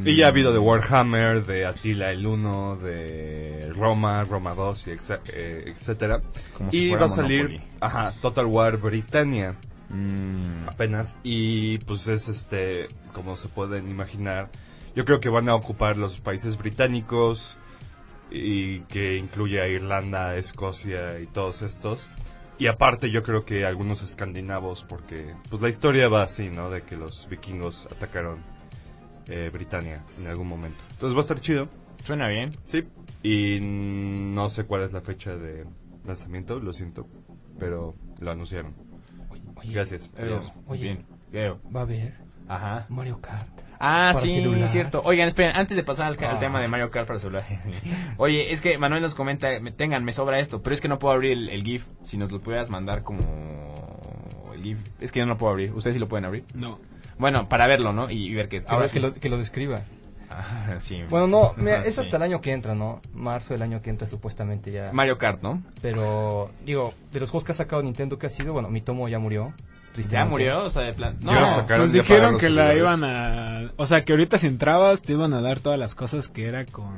[SPEAKER 7] Y ya ha habido de Warhammer, de Attila el Uno, de Roma, Roma 2, y exa- eh, etcétera.
[SPEAKER 4] Como
[SPEAKER 7] y
[SPEAKER 4] si fuera
[SPEAKER 7] va a salir
[SPEAKER 4] Monopoly.
[SPEAKER 7] ajá, Total War Britannia
[SPEAKER 4] Mm,
[SPEAKER 7] apenas y pues es este como se pueden imaginar yo creo que van a ocupar los países británicos y que incluye a Irlanda, Escocia y todos estos y aparte yo creo que algunos escandinavos porque pues la historia va así no de que los vikingos atacaron eh, Britania en algún momento entonces va a estar chido
[SPEAKER 4] Suena bien.
[SPEAKER 7] sí y no sé cuál es la fecha de lanzamiento lo siento pero lo anunciaron
[SPEAKER 8] Oye,
[SPEAKER 7] gracias Adiós.
[SPEAKER 8] Oye.
[SPEAKER 4] Bien. Creo.
[SPEAKER 8] Va a haber
[SPEAKER 4] Ajá.
[SPEAKER 8] Mario Kart.
[SPEAKER 4] Ah,
[SPEAKER 8] Para
[SPEAKER 4] sí,
[SPEAKER 8] celular.
[SPEAKER 4] cierto. Oigan, esperen, antes de pasar al, ca- al
[SPEAKER 8] Ah.
[SPEAKER 4] tema de Mario Kart para celular. Oye, es que Manuel nos comenta, "Me- tengan, me sobra esto, pero es que no puedo abrir el, el GIF. Si nos lo pudieras mandar como el GIF, es que yo no lo puedo abrir. Ustedes sí lo pueden abrir.
[SPEAKER 6] No.
[SPEAKER 4] Bueno, para verlo, ¿no? Y, y ver qué es.
[SPEAKER 8] Ahora que,
[SPEAKER 4] sí.
[SPEAKER 8] lo, que lo describa.
[SPEAKER 4] Ah, sí.
[SPEAKER 8] Bueno, no, mira, es
[SPEAKER 4] Sí.
[SPEAKER 8] hasta el año que entra, ¿no? Marzo del año que entra supuestamente ya.
[SPEAKER 4] Mario Kart, ¿no?
[SPEAKER 8] Pero, digo, de los juegos que ha sacado Nintendo que ha sido, bueno, Mitomo ya murió.
[SPEAKER 4] Ya
[SPEAKER 8] tristemente.
[SPEAKER 4] murió, o sea, de plan. No,
[SPEAKER 7] Yo saca- Sacaron
[SPEAKER 6] Pues
[SPEAKER 7] ya para
[SPEAKER 6] dijeron
[SPEAKER 7] los
[SPEAKER 6] que la
[SPEAKER 7] celulares.
[SPEAKER 6] iban a... O sea, que ahorita si entrabas te iban a dar todas las cosas que era con,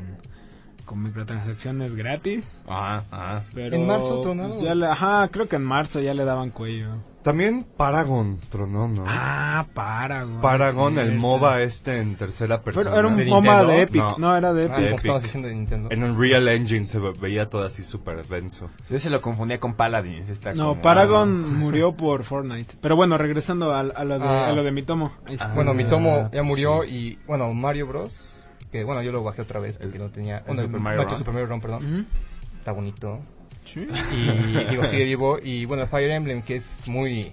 [SPEAKER 6] con microtransacciones gratis.
[SPEAKER 4] Ajá, ajá.
[SPEAKER 6] Pero,
[SPEAKER 8] ¿En marzo, Tronado?
[SPEAKER 6] pues, ya le- ajá, creo que en marzo ya le daban cuello.
[SPEAKER 7] También Paragon tronó, ¿no?
[SPEAKER 6] Ah, Paragon.
[SPEAKER 7] Paragon,
[SPEAKER 6] sí,
[SPEAKER 7] el
[SPEAKER 6] ¿verdad?
[SPEAKER 7] MOBA este en tercera persona.
[SPEAKER 6] Pero era
[SPEAKER 8] ¿De
[SPEAKER 6] un MOBA
[SPEAKER 8] Nintendo?
[SPEAKER 6] de Epic.
[SPEAKER 7] No.
[SPEAKER 6] No, era de Epic.
[SPEAKER 8] Ah, como
[SPEAKER 7] Epic.
[SPEAKER 8] estabas diciendo de Nintendo.
[SPEAKER 7] En Unreal Engine se ve- veía todo así súper denso.
[SPEAKER 4] Yo se lo confundía con Paladins. Esta
[SPEAKER 6] No,
[SPEAKER 4] como- ah,
[SPEAKER 6] Paragon murió por Fortnite. Pero bueno, regresando al- a, lo, de,
[SPEAKER 8] Ah.
[SPEAKER 6] a lo de mi tomo. Ahí está.
[SPEAKER 8] Bueno, mi
[SPEAKER 7] Ah,
[SPEAKER 8] tomo ya
[SPEAKER 7] pues
[SPEAKER 8] murió y, bueno, Mario Bros. Que bueno, yo lo bajé otra vez porque no tenía. Bueno,
[SPEAKER 4] Super Mario
[SPEAKER 8] Mario
[SPEAKER 4] Run.
[SPEAKER 8] Super Mario Run, perdón.
[SPEAKER 6] Ujú.
[SPEAKER 8] Está bonito. Y digo, sigue vivo. Y bueno, el Fire Emblem, que es muy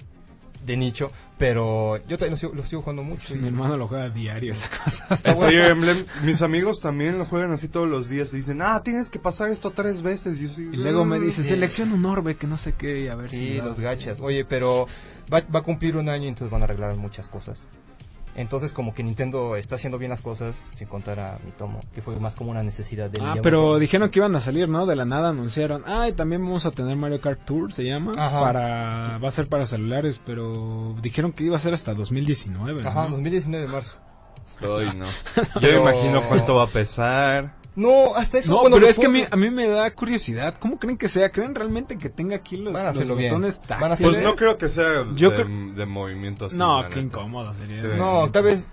[SPEAKER 8] de nicho. Pero yo también lo sigo, lo sigo jugando mucho. y-
[SPEAKER 6] Mi hermano lo juega a diario esa cosa.
[SPEAKER 8] Está
[SPEAKER 7] El
[SPEAKER 8] bueno.
[SPEAKER 7] Fire Emblem, mis amigos también lo juegan así todos los días y dicen, ah, tienes que pasar esto tres veces. Y yo así,
[SPEAKER 6] Y luego me
[SPEAKER 7] "Mm".
[SPEAKER 6] dice, selecciona un orbe que no sé qué y a ver si...
[SPEAKER 8] Sí,
[SPEAKER 6] le
[SPEAKER 8] los
[SPEAKER 6] das".
[SPEAKER 8] gachas. Oye, pero va, va a cumplir un año, entonces van a arreglar muchas cosas. Entonces, como que Nintendo está haciendo bien las cosas, sin contar a mi tomo, que fue más como una necesidad de
[SPEAKER 6] Ah, pero dijeron que iban a salir, ¿no? De la nada anunciaron. Ah, y también vamos a tener Mario Kart Tour, se llama.
[SPEAKER 8] Ajá.
[SPEAKER 6] Para... Va a ser para celulares, pero dijeron que iba a ser hasta 2019. ¿no?
[SPEAKER 8] Ajá, 2019 de marzo.
[SPEAKER 7] Ay, no. Yo me
[SPEAKER 8] Pero-
[SPEAKER 7] imagino cuánto va a pesar.
[SPEAKER 8] No, hasta eso.
[SPEAKER 6] No,
[SPEAKER 8] bueno,
[SPEAKER 6] pero
[SPEAKER 8] lo
[SPEAKER 6] es que a mí,
[SPEAKER 8] puedo-
[SPEAKER 6] a mí me da curiosidad. ¿Cómo creen que sea? ¿Creen realmente que tenga aquí los,
[SPEAKER 8] Van a
[SPEAKER 6] los
[SPEAKER 8] hacerlo bien. Pues
[SPEAKER 6] botones
[SPEAKER 8] Van a
[SPEAKER 6] táctiles?
[SPEAKER 7] Pues no creo que sea
[SPEAKER 6] Yo
[SPEAKER 7] de,
[SPEAKER 6] creo-
[SPEAKER 7] de movimiento así.
[SPEAKER 6] No,
[SPEAKER 7] la
[SPEAKER 6] qué
[SPEAKER 7] neta.
[SPEAKER 6] incómodo sería.
[SPEAKER 7] Sí.
[SPEAKER 8] No, tal vez.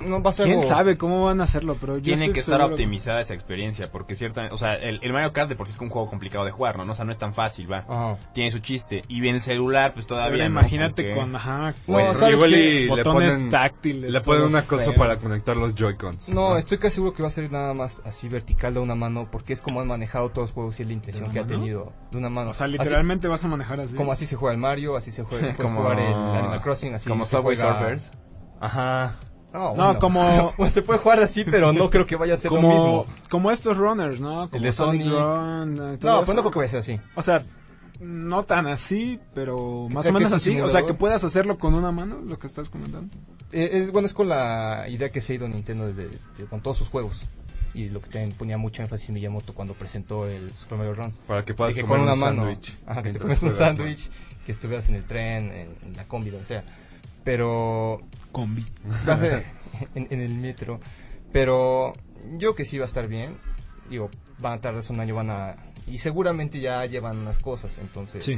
[SPEAKER 8] No va a ser.
[SPEAKER 6] ¿Quién
[SPEAKER 8] algo-
[SPEAKER 6] sabe cómo van a hacerlo? Pero yo
[SPEAKER 4] Tiene
[SPEAKER 6] estoy
[SPEAKER 4] que estar
[SPEAKER 6] seguro-
[SPEAKER 4] optimizada esa experiencia, porque ciertamente, o sea, el, el Mario Kart de por sí es un juego complicado de jugar, ¿no? O sea, no es tan fácil, va.
[SPEAKER 8] Ajá.
[SPEAKER 4] Tiene su chiste. Y bien celular, pues
[SPEAKER 6] Pero
[SPEAKER 4] todavía. ¿no?
[SPEAKER 6] imagínate
[SPEAKER 4] Como que-
[SPEAKER 6] con ajá,
[SPEAKER 8] No,
[SPEAKER 6] con
[SPEAKER 8] ¿sabes
[SPEAKER 7] igual
[SPEAKER 8] qué?
[SPEAKER 7] y le
[SPEAKER 6] botones
[SPEAKER 7] ponen,
[SPEAKER 6] táctiles.
[SPEAKER 7] le ponen
[SPEAKER 6] todo
[SPEAKER 7] una cosa
[SPEAKER 6] feo.
[SPEAKER 7] para conectar los Joy-Cons.
[SPEAKER 6] Ah.
[SPEAKER 8] No, estoy casi seguro que va a ser nada más así vertical de una mano, porque es como han manejado todos los juegos y es la intención
[SPEAKER 6] ¿De
[SPEAKER 8] que
[SPEAKER 6] una
[SPEAKER 8] ha
[SPEAKER 6] mano?
[SPEAKER 8] tenido de una mano.
[SPEAKER 6] O sea,
[SPEAKER 8] Así-
[SPEAKER 6] literalmente vas a manejar así.
[SPEAKER 8] como así se juega el Mario, así se juega puedes
[SPEAKER 4] Como-
[SPEAKER 8] jugar el Animal Crossing, así
[SPEAKER 4] Como
[SPEAKER 8] se
[SPEAKER 4] Subway
[SPEAKER 8] juega-
[SPEAKER 4] Surfers.
[SPEAKER 7] Ajá.
[SPEAKER 8] No,
[SPEAKER 6] No,
[SPEAKER 8] bueno.
[SPEAKER 6] como
[SPEAKER 8] Pues se puede jugar así, pero no creo que vaya a ser lo
[SPEAKER 6] como
[SPEAKER 8] mismo.
[SPEAKER 6] como estos runners, ¿no? Como
[SPEAKER 8] El de
[SPEAKER 6] Sonic
[SPEAKER 8] Sonic.
[SPEAKER 6] Run, eh, todo
[SPEAKER 8] No,
[SPEAKER 6] eso.
[SPEAKER 8] pues no creo que vaya a ser así.
[SPEAKER 6] O sea, no tan así, pero más
[SPEAKER 8] sea
[SPEAKER 6] o
[SPEAKER 8] que
[SPEAKER 6] menos
[SPEAKER 8] es un
[SPEAKER 6] así. O sea,
[SPEAKER 8] simulador.
[SPEAKER 6] que puedas hacerlo con una mano, lo que estás comentando.
[SPEAKER 8] Eh, es, bueno, es con la idea que se ha ido Nintendo desde, de- con todos sus juegos. Y lo que también ponía mucho énfasis Miyamoto cuando presentó el Super Mario Run.
[SPEAKER 7] Para que
[SPEAKER 8] De
[SPEAKER 7] puedas
[SPEAKER 8] que
[SPEAKER 7] comer
[SPEAKER 8] con una
[SPEAKER 7] un
[SPEAKER 8] mano.
[SPEAKER 7] sándwich.
[SPEAKER 8] Ajá, que te
[SPEAKER 7] mientras
[SPEAKER 8] comes un
[SPEAKER 7] juegas, ¿no?
[SPEAKER 8] sándwich, que estuvieras en el tren, en, en la combi, donde sea. Pero
[SPEAKER 6] Combi.
[SPEAKER 8] va a ser en, en el metro. Pero yo creo que sí va a estar bien. Digo, van a tardarse un año, van a... Y seguramente ya llevan unas cosas, entonces...
[SPEAKER 6] Sí.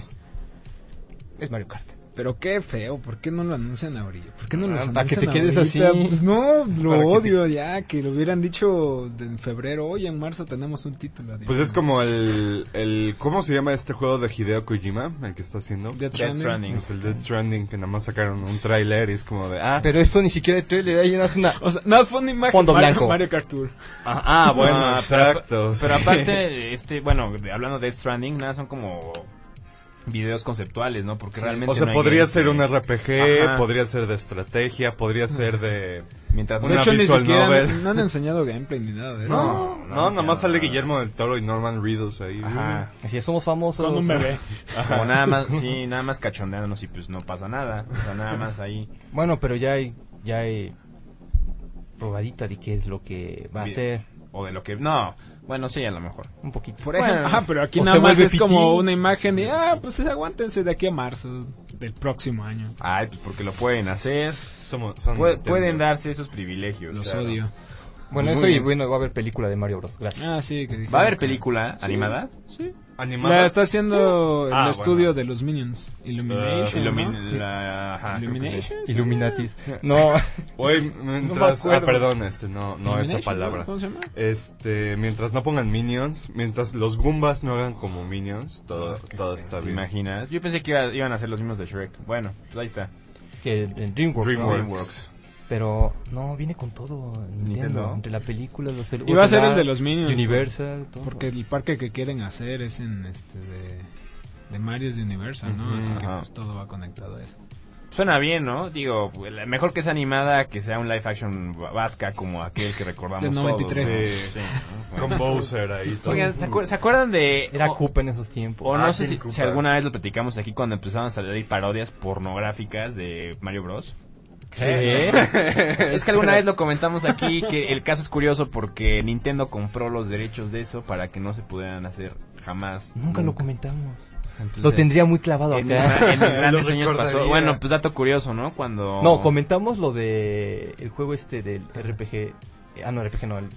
[SPEAKER 8] Es Mario Kart.
[SPEAKER 6] Pero qué feo, ¿por qué no lo anuncian ahorita? ¿Por qué no lo
[SPEAKER 8] Ah,
[SPEAKER 6] anuncian
[SPEAKER 8] para que te quedes
[SPEAKER 6] ahorita?
[SPEAKER 8] así.
[SPEAKER 6] Pues no, lo
[SPEAKER 8] Para que
[SPEAKER 6] odio ya, que lo hubieran dicho de- en febrero, hoy en marzo tenemos un título. adiós.
[SPEAKER 7] Pues es como el, el... ¿Cómo se llama este juego de Hideo Kojima? El que está haciendo.
[SPEAKER 4] Death
[SPEAKER 6] Death Stranding.
[SPEAKER 4] Stranding.
[SPEAKER 7] Es el Death Stranding, que nada más sacaron un tráiler y es como de... Ah,
[SPEAKER 8] Pero esto ni siquiera el trailer, ahí es una...
[SPEAKER 6] O sea, no, fue una imagen.
[SPEAKER 8] Fondo
[SPEAKER 6] Mario,
[SPEAKER 8] blanco.
[SPEAKER 6] Mario Kart Tour.
[SPEAKER 7] ah, bueno,
[SPEAKER 4] Ah, pero-
[SPEAKER 7] exacto. sí.
[SPEAKER 4] Pero aparte, este, bueno, de- hablando de Death Stranding, nada, son como videos conceptuales, ¿no? Porque realmente.
[SPEAKER 7] O sea,
[SPEAKER 4] no hay
[SPEAKER 7] podría
[SPEAKER 4] gameplay.
[SPEAKER 7] ser un RPG,
[SPEAKER 4] Ajá.
[SPEAKER 7] podría ser de estrategia, podría ser de...
[SPEAKER 4] Mientras
[SPEAKER 7] Una
[SPEAKER 6] de hecho, ni
[SPEAKER 7] visual
[SPEAKER 6] siquiera
[SPEAKER 7] novel.
[SPEAKER 6] no han enseñado gameplay ni nada de eso.
[SPEAKER 7] No, no, nada más sale Guillermo del Toro y Norman Reedus ahí.
[SPEAKER 4] Ajá.
[SPEAKER 8] Así es, somos famosos.
[SPEAKER 6] Con un bebé.
[SPEAKER 4] Como nada más, sí, nada más cachondeándonos y pues no pasa nada. O sea, nada más ahí.
[SPEAKER 8] Bueno, pero ya hay, ya hay probadita de qué es lo que va a
[SPEAKER 4] Bien.
[SPEAKER 8] ser.
[SPEAKER 4] O de lo que. No. Bueno, sí, a lo mejor.
[SPEAKER 8] Un poquito.
[SPEAKER 6] Por ejemplo,
[SPEAKER 4] Bueno,
[SPEAKER 6] ajá, pero aquí
[SPEAKER 8] o
[SPEAKER 6] nada
[SPEAKER 8] se
[SPEAKER 6] más
[SPEAKER 8] Pues vuelve
[SPEAKER 6] es como
[SPEAKER 8] pitín.
[SPEAKER 6] una imagen y, ah, pues aguántense de aquí a marzo del próximo año.
[SPEAKER 4] Ay, pues porque lo pueden hacer.
[SPEAKER 7] Somos- son
[SPEAKER 4] Pue-
[SPEAKER 7] Nintendo.
[SPEAKER 4] pueden darse esos privilegios.
[SPEAKER 6] Los
[SPEAKER 4] claro.
[SPEAKER 6] odio.
[SPEAKER 8] Bueno,
[SPEAKER 4] Muy
[SPEAKER 8] eso y
[SPEAKER 4] bien.
[SPEAKER 8] bueno, va a haber película de Mario Bros. Gracias.
[SPEAKER 6] Ah, sí, que dije.
[SPEAKER 4] ¿Va a haber película animada?
[SPEAKER 7] Animada.
[SPEAKER 6] La está haciendo el
[SPEAKER 7] Ah,
[SPEAKER 6] estudio
[SPEAKER 7] bueno.
[SPEAKER 6] de los Minions.
[SPEAKER 7] Ah,
[SPEAKER 6] Illumination.
[SPEAKER 4] Illumin-
[SPEAKER 6] ¿no?
[SPEAKER 4] la- ajá, creo que sí.
[SPEAKER 6] Illumination.
[SPEAKER 8] Illuminatis. No,
[SPEAKER 7] Oye, mientras... ah,
[SPEAKER 6] acuerdo.
[SPEAKER 7] perdón, este, no, no esa
[SPEAKER 6] Illumination,
[SPEAKER 7] palabra.
[SPEAKER 6] ¿Cómo se llama?
[SPEAKER 7] Este, mientras no pongan minions, mientras los Goombas no hagan como minions, todo, todo está
[SPEAKER 4] ¿Te
[SPEAKER 7] bien.
[SPEAKER 4] imaginas? Yo pensé que iba- iban a ser los mismos de Shrek. Bueno, pues ahí está.
[SPEAKER 8] que en DreamWorks. ¿no?
[SPEAKER 7] DreamWorks.
[SPEAKER 8] Pero no, viene con todo Nintendo.
[SPEAKER 4] Nintendo.
[SPEAKER 8] Entre la película, los
[SPEAKER 6] Y va a ser el de los Minions.
[SPEAKER 8] Universal, todo.
[SPEAKER 6] Porque el parque que quieren hacer es en este de, de Mario de Universal, ¿no?
[SPEAKER 4] Ujú,
[SPEAKER 6] Así que
[SPEAKER 4] ajá.
[SPEAKER 6] pues todo va conectado a eso.
[SPEAKER 4] Suena bien, ¿no? Digo, mejor que sea animada que sea un live action va- vasca como aquel que recordamos
[SPEAKER 6] Del
[SPEAKER 4] todos.
[SPEAKER 6] 93.
[SPEAKER 4] Sí, sí, ¿no?
[SPEAKER 7] Con Bowser ahí. todo.
[SPEAKER 4] Oigan, ¿se, acuer- se acuerdan de...?
[SPEAKER 8] Era
[SPEAKER 4] o-
[SPEAKER 8] Koopa en esos tiempos.
[SPEAKER 4] O no
[SPEAKER 7] Ah,
[SPEAKER 4] sé
[SPEAKER 7] Tim
[SPEAKER 4] si,
[SPEAKER 7] Cooper.
[SPEAKER 4] si alguna vez lo platicamos aquí cuando empezaron a salir parodias pornográficas de Mario Bros. ¿Qué? es que alguna vez lo comentamos aquí que el caso es curioso porque Nintendo compró los derechos de eso para que no se pudieran hacer jamás.
[SPEAKER 8] Nunca lo comentamos.
[SPEAKER 4] Entonces,
[SPEAKER 8] lo tendría muy clavado
[SPEAKER 4] Mm. en,
[SPEAKER 8] acá.
[SPEAKER 4] en grandes
[SPEAKER 7] Lo
[SPEAKER 4] años pasó.
[SPEAKER 7] recordaría.
[SPEAKER 4] Bueno, pues dato curioso, ¿no? Cuando...
[SPEAKER 8] No, comentamos lo de el juego este del RPG. eh, Ah, no, RPG no. El,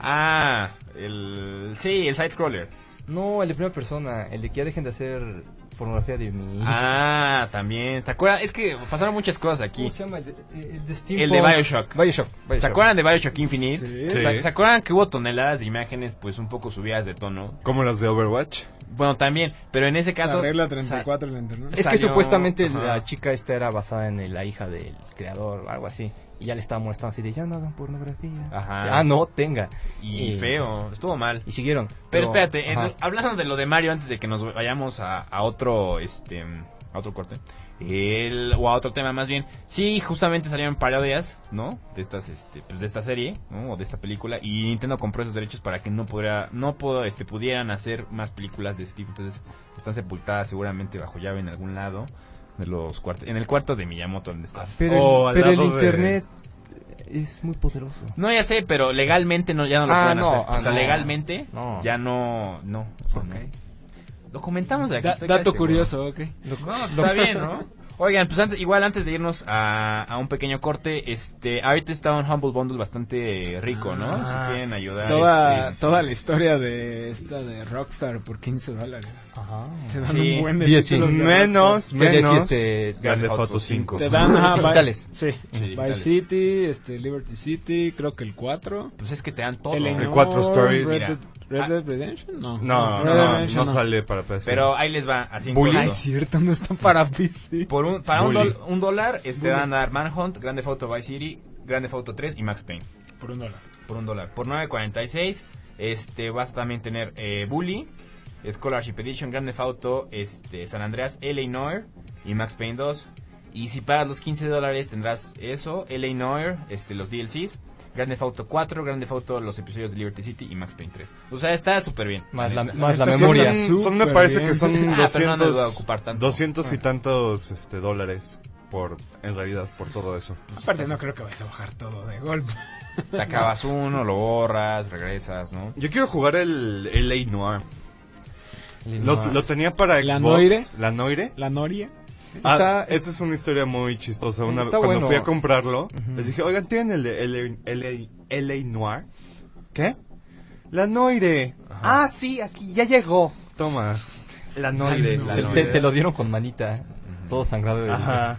[SPEAKER 4] Ah, el... Sí, el side-scroller.
[SPEAKER 8] no, el de primera persona. El de que ya dejen de hacer pornografía de mi hija.
[SPEAKER 4] Ah, también. ¿Te acuerdas? Es que pasaron muchas cosas aquí.
[SPEAKER 8] ¿Cómo se llama? El de, el de
[SPEAKER 4] El de
[SPEAKER 8] Steampunk.
[SPEAKER 4] Bioshock.
[SPEAKER 8] Bioshock.
[SPEAKER 4] ¿Se
[SPEAKER 8] Bioshock.
[SPEAKER 4] acuerdan de Bioshock Infinite?
[SPEAKER 6] Sí.
[SPEAKER 4] ¿Se-
[SPEAKER 7] Sí.
[SPEAKER 4] ¿Se acuerdan que hubo toneladas de imágenes pues un poco subidas de tono?
[SPEAKER 7] Como las de Overwatch.
[SPEAKER 4] Bueno, también, pero en ese caso...
[SPEAKER 6] La regla
[SPEAKER 4] sa-
[SPEAKER 6] 34 en la internet.
[SPEAKER 8] Es que
[SPEAKER 4] Salió-
[SPEAKER 8] supuestamente
[SPEAKER 4] Ajá.
[SPEAKER 8] la chica esta era basada en el- la hija del creador o algo así. Y ya le estaba molestando así de, ya no hagan pornografía.
[SPEAKER 4] Ajá.
[SPEAKER 8] O sea, ah, no, tenga.
[SPEAKER 4] Y feo, estuvo mal.
[SPEAKER 8] Y siguieron.
[SPEAKER 4] Pero espérate,
[SPEAKER 8] ajá.
[SPEAKER 4] en- hablando de lo de Mario antes de que nos vayamos a, a otro este a otro corte. El, o a otro tema más bien. Sí, justamente salieron parodias, ¿no? De estas este pues de esta serie, ¿no? O de esta película y Nintendo compró esos derechos para que no pudiera no pudo, este pudieran hacer más películas de este tipo. Entonces, están sepultadas seguramente bajo llave en algún lado de los cuart- en el cuarto de Miyamoto donde está.
[SPEAKER 8] Pero,
[SPEAKER 7] O al
[SPEAKER 8] el, pero el
[SPEAKER 7] lado de-
[SPEAKER 8] internet es muy poderoso.
[SPEAKER 4] No, ya sé, pero legalmente no, ya no lo
[SPEAKER 8] Ah,
[SPEAKER 4] pueden
[SPEAKER 8] no,
[SPEAKER 4] hacer.
[SPEAKER 8] ah,
[SPEAKER 4] o sea,
[SPEAKER 8] no.
[SPEAKER 4] legalmente
[SPEAKER 8] No.
[SPEAKER 4] ya no, no. o sea, no. Lo comentamos aquí.
[SPEAKER 6] Da-
[SPEAKER 4] estoy casi
[SPEAKER 6] dato
[SPEAKER 4] seguro.
[SPEAKER 6] curioso, ok.
[SPEAKER 4] No, está bien, ¿no? Oigan, pues antes, igual antes de irnos a, a un pequeño corte, este, ahorita está un Humble Bundle bastante rico, ¿no?
[SPEAKER 7] Ah,
[SPEAKER 4] si quieren ayudar.
[SPEAKER 6] Toda,
[SPEAKER 4] es- es-
[SPEAKER 6] toda la historia de esta de Rockstar por 15 dólares.
[SPEAKER 8] Ajá.
[SPEAKER 6] Te dan
[SPEAKER 4] Sí.
[SPEAKER 6] un buen de
[SPEAKER 8] Diez, sí.
[SPEAKER 6] títulos de
[SPEAKER 7] Menos,
[SPEAKER 8] Es decir,
[SPEAKER 7] menos.
[SPEAKER 8] Pues este,
[SPEAKER 7] Grande Foto 5.
[SPEAKER 6] Rockstar. Te dan ajá, Vice-
[SPEAKER 8] Digitales.
[SPEAKER 4] Sí,
[SPEAKER 6] Sí. Vice
[SPEAKER 4] digitales.
[SPEAKER 6] City, este, Liberty City, creo que el 4.
[SPEAKER 4] Pues es que te dan todo.
[SPEAKER 6] El,
[SPEAKER 7] Oh, El
[SPEAKER 6] enorme
[SPEAKER 7] 4 Stories.
[SPEAKER 6] Red
[SPEAKER 7] Mira. Ah.
[SPEAKER 6] Dead, Red Dead Redemption? No.
[SPEAKER 7] No,
[SPEAKER 6] Red
[SPEAKER 7] no,
[SPEAKER 6] Dead
[SPEAKER 7] no,
[SPEAKER 6] Redemption
[SPEAKER 7] sale para PC.
[SPEAKER 4] Pero ahí les va, así en
[SPEAKER 7] Bully.
[SPEAKER 6] Ay,
[SPEAKER 4] corto.
[SPEAKER 6] es cierto, no está para PC.
[SPEAKER 4] Por un, para un,
[SPEAKER 7] Bully.
[SPEAKER 4] dol- un dólar, este, dan a dar Manhunt, Grande Foto Vice City, Grande Foto 3 y Max Payne.
[SPEAKER 6] Por un dólar.
[SPEAKER 4] por un dólar. Por 9.46 este, vas a también tener eh, Bully, Scholarship Edition, Grand Theft Auto, este, San Andreas, L.A. Noir y Max Payne 2. Y si pagas los 15 dólares tendrás eso, L.A. Noir, este, los DLCs, Grand Theft Auto 4, Grand Theft Auto, los episodios de Liberty City y Max Payne 3. O sea, está súper bien.
[SPEAKER 8] Más la,
[SPEAKER 4] Neta.
[SPEAKER 8] más la
[SPEAKER 6] Son-
[SPEAKER 8] memoria.
[SPEAKER 7] Son, son- me
[SPEAKER 6] Súper
[SPEAKER 7] parece
[SPEAKER 6] bien.
[SPEAKER 7] que son
[SPEAKER 4] Ah, pero no
[SPEAKER 7] 200,
[SPEAKER 4] nos va a ocupar tanto.
[SPEAKER 7] 200 y tantos este, dólares por, en realidad, por todo eso.
[SPEAKER 6] Aparte, no creo que vayas a bajar todo de golpe.
[SPEAKER 4] Te acabas uno, lo borras, regresas, ¿no?
[SPEAKER 7] Yo quiero jugar el LA Noir. Lo,
[SPEAKER 8] Más.
[SPEAKER 7] lo tenía para Xbox.
[SPEAKER 6] ¿La Noire?
[SPEAKER 7] La Noire.
[SPEAKER 6] La Noria.
[SPEAKER 7] Ah,
[SPEAKER 8] Está-
[SPEAKER 7] esa es una historia muy chistosa. Una,
[SPEAKER 8] Está
[SPEAKER 7] cuando
[SPEAKER 8] bueno.
[SPEAKER 7] fui a comprarlo, les dije, oigan, ¿tienen el de LA, LA Noir? ¿Qué? La Noire. Ah, sí, aquí ya llegó. Toma. La Noire. la
[SPEAKER 8] Te, te-
[SPEAKER 7] Noire.
[SPEAKER 8] te lo dieron con manita. Todo sangrado.
[SPEAKER 7] Ajá.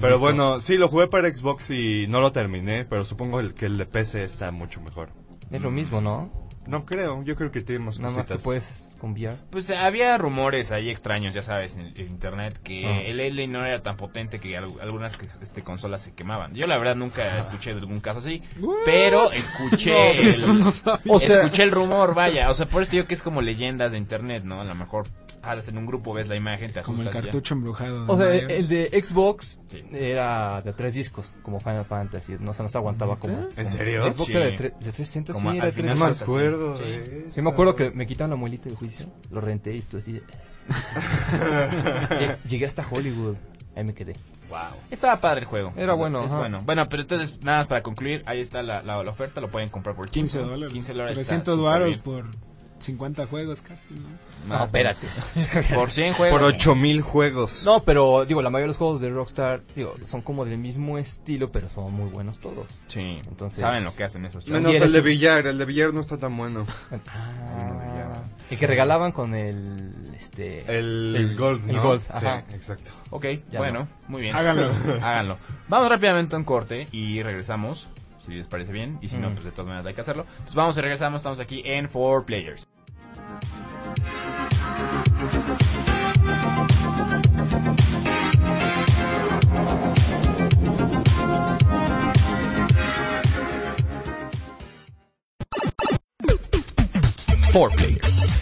[SPEAKER 7] Pero bueno, sí, lo jugué para Xbox y no lo terminé, pero supongo el- que el de PC está mucho mejor.
[SPEAKER 8] Es lo mismo, ¿no?
[SPEAKER 7] No creo, yo creo que tiene más
[SPEAKER 8] Nada más que
[SPEAKER 7] cositas.
[SPEAKER 8] puedes conviar.
[SPEAKER 4] Pues había rumores ahí extraños, ya sabes, en, en internet que
[SPEAKER 8] Ah.
[SPEAKER 4] el LA no era tan potente que al- algunas este, consolas se quemaban. Yo la verdad nunca escuché de algún caso así, pero escuché el,
[SPEAKER 6] Eso no sabía.
[SPEAKER 8] O sea-
[SPEAKER 4] escuché el rumor, vaya, o sea, por eso digo que es como leyendas de internet, ¿no? A lo mejor paras en un grupo, ves la imagen, te
[SPEAKER 6] Como
[SPEAKER 4] asustas y
[SPEAKER 6] el
[SPEAKER 4] ya.
[SPEAKER 6] cartucho embrujado. de
[SPEAKER 8] O sea,
[SPEAKER 6] Mario.
[SPEAKER 8] el de Xbox
[SPEAKER 4] Sí.
[SPEAKER 8] era de tres discos, como Final Fantasy. No se nos aguantaba como. como-
[SPEAKER 7] serio?
[SPEAKER 8] Xbox era de,
[SPEAKER 4] Sí.
[SPEAKER 8] tre- de 360,
[SPEAKER 4] Como
[SPEAKER 8] sí,
[SPEAKER 4] al
[SPEAKER 8] era de
[SPEAKER 4] final
[SPEAKER 7] No me
[SPEAKER 8] 360.
[SPEAKER 4] saltas,
[SPEAKER 7] acuerdo.
[SPEAKER 4] sí.
[SPEAKER 7] de
[SPEAKER 8] Yo
[SPEAKER 7] eso.
[SPEAKER 8] me acuerdo que me quitaron la muelita del juicio, lo renté y estuve así de- Lle- Llegué hasta Hollywood, ahí me quedé.
[SPEAKER 4] Estaba padre el juego.
[SPEAKER 8] Era bueno,
[SPEAKER 4] Es
[SPEAKER 8] ajá.
[SPEAKER 4] bueno. Bueno, pero entonces, nada más para concluir, ahí está la, la- la oferta, lo pueden comprar por
[SPEAKER 6] 15 dólares. pues.
[SPEAKER 4] 15 dólares. está
[SPEAKER 6] 300
[SPEAKER 4] súper
[SPEAKER 6] varos
[SPEAKER 4] bien.
[SPEAKER 6] por 50 juegos casi, ¿no?
[SPEAKER 8] No, espérate.
[SPEAKER 4] Por 100 juegos.
[SPEAKER 7] Por 8000 juegos.
[SPEAKER 8] No, pero digo, la mayoría de los juegos de Rockstar digo, son como del mismo estilo, pero son muy buenos todos.
[SPEAKER 4] Sí,
[SPEAKER 8] Entonces-
[SPEAKER 4] saben lo que hacen esos chavos.
[SPEAKER 7] Menos
[SPEAKER 8] Y
[SPEAKER 7] el
[SPEAKER 8] eres
[SPEAKER 7] de
[SPEAKER 8] un-
[SPEAKER 7] billar, el de billar no está tan bueno.
[SPEAKER 8] Ah. Y que regalaban con el. Este,
[SPEAKER 7] El,
[SPEAKER 8] El-
[SPEAKER 7] Gold,
[SPEAKER 8] el
[SPEAKER 7] ¿no?
[SPEAKER 8] Gold,
[SPEAKER 7] sí,
[SPEAKER 8] ajá.
[SPEAKER 7] exacto.
[SPEAKER 4] Ok,
[SPEAKER 8] Ya
[SPEAKER 4] bueno,
[SPEAKER 8] no.
[SPEAKER 4] muy bien.
[SPEAKER 6] Háganlo.
[SPEAKER 4] Háganlo. Vamos rápidamente a un corte y regresamos, si les parece bien. Y si no,
[SPEAKER 8] Mm.
[SPEAKER 4] pues de todas maneras hay que hacerlo. Entonces vamos y regresamos, estamos aquí en 4 Players.
[SPEAKER 5] Four Players.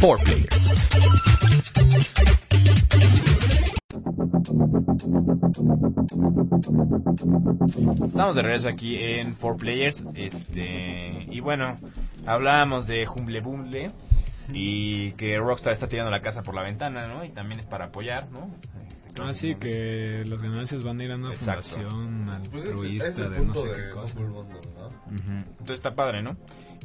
[SPEAKER 5] Four Players.
[SPEAKER 4] Estamos de regreso aquí en Four Players. Este, y bueno, hablábamos de Humble Bumble y que Rockstar está tirando la casa por la ventana, ¿no? Y también es para apoyar, ¿no? Este, creo
[SPEAKER 6] Ah, sí, que las ganancias van a ir a una
[SPEAKER 4] Exacto.
[SPEAKER 6] fundación
[SPEAKER 7] Pues es,
[SPEAKER 6] altruista
[SPEAKER 7] es el
[SPEAKER 6] de no
[SPEAKER 7] punto
[SPEAKER 6] sé
[SPEAKER 7] de
[SPEAKER 6] qué cosa.
[SPEAKER 7] Humble Bundle, ¿no?
[SPEAKER 4] Ujú. Entonces está padre, ¿no?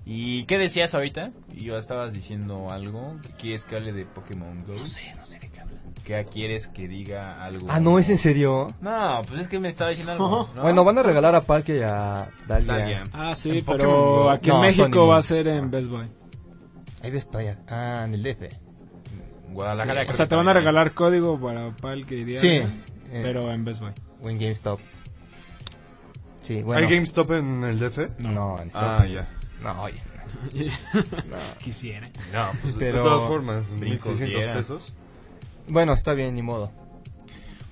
[SPEAKER 4] ¿Y qué decías ahorita? Yo estabas diciendo algo. ¿Qué quieres que hable de Pokémon Go? No sé, no sé de qué habla. ¿Qué quieres que diga algo?
[SPEAKER 8] Ah, no, es en serio.
[SPEAKER 4] No, pues es que me estaba diciendo algo. ¿no?
[SPEAKER 8] Bueno, van a regalar a Parque y a Dalia.
[SPEAKER 4] Dalia.
[SPEAKER 6] Ah,
[SPEAKER 7] En
[SPEAKER 6] sí,
[SPEAKER 7] Pokémon Go.
[SPEAKER 6] pero aquí
[SPEAKER 8] No,
[SPEAKER 6] en México
[SPEAKER 8] Sony.
[SPEAKER 6] va a ser en Best Buy.
[SPEAKER 8] Ahí ves para allá. Ah, en el DF.
[SPEAKER 4] Guadalajara.
[SPEAKER 6] O
[SPEAKER 4] creo
[SPEAKER 6] sea,
[SPEAKER 4] que
[SPEAKER 6] te van a
[SPEAKER 4] también.
[SPEAKER 6] regalar código para Palk y Diana,
[SPEAKER 8] Sí. eh,
[SPEAKER 6] pero en Best Buy.
[SPEAKER 8] O en GameStop. Sí, bueno.
[SPEAKER 7] ¿Hay GameStop en el DF?
[SPEAKER 8] No, en Estados
[SPEAKER 7] Ah,
[SPEAKER 8] Unidos.
[SPEAKER 7] ya.
[SPEAKER 8] No, oye.
[SPEAKER 6] Quisiera.
[SPEAKER 7] No, pues
[SPEAKER 8] Pero-
[SPEAKER 7] de todas formas,
[SPEAKER 4] Brincos
[SPEAKER 7] 1600
[SPEAKER 4] diera.
[SPEAKER 7] pesos.
[SPEAKER 8] Bueno, está bien, ni modo.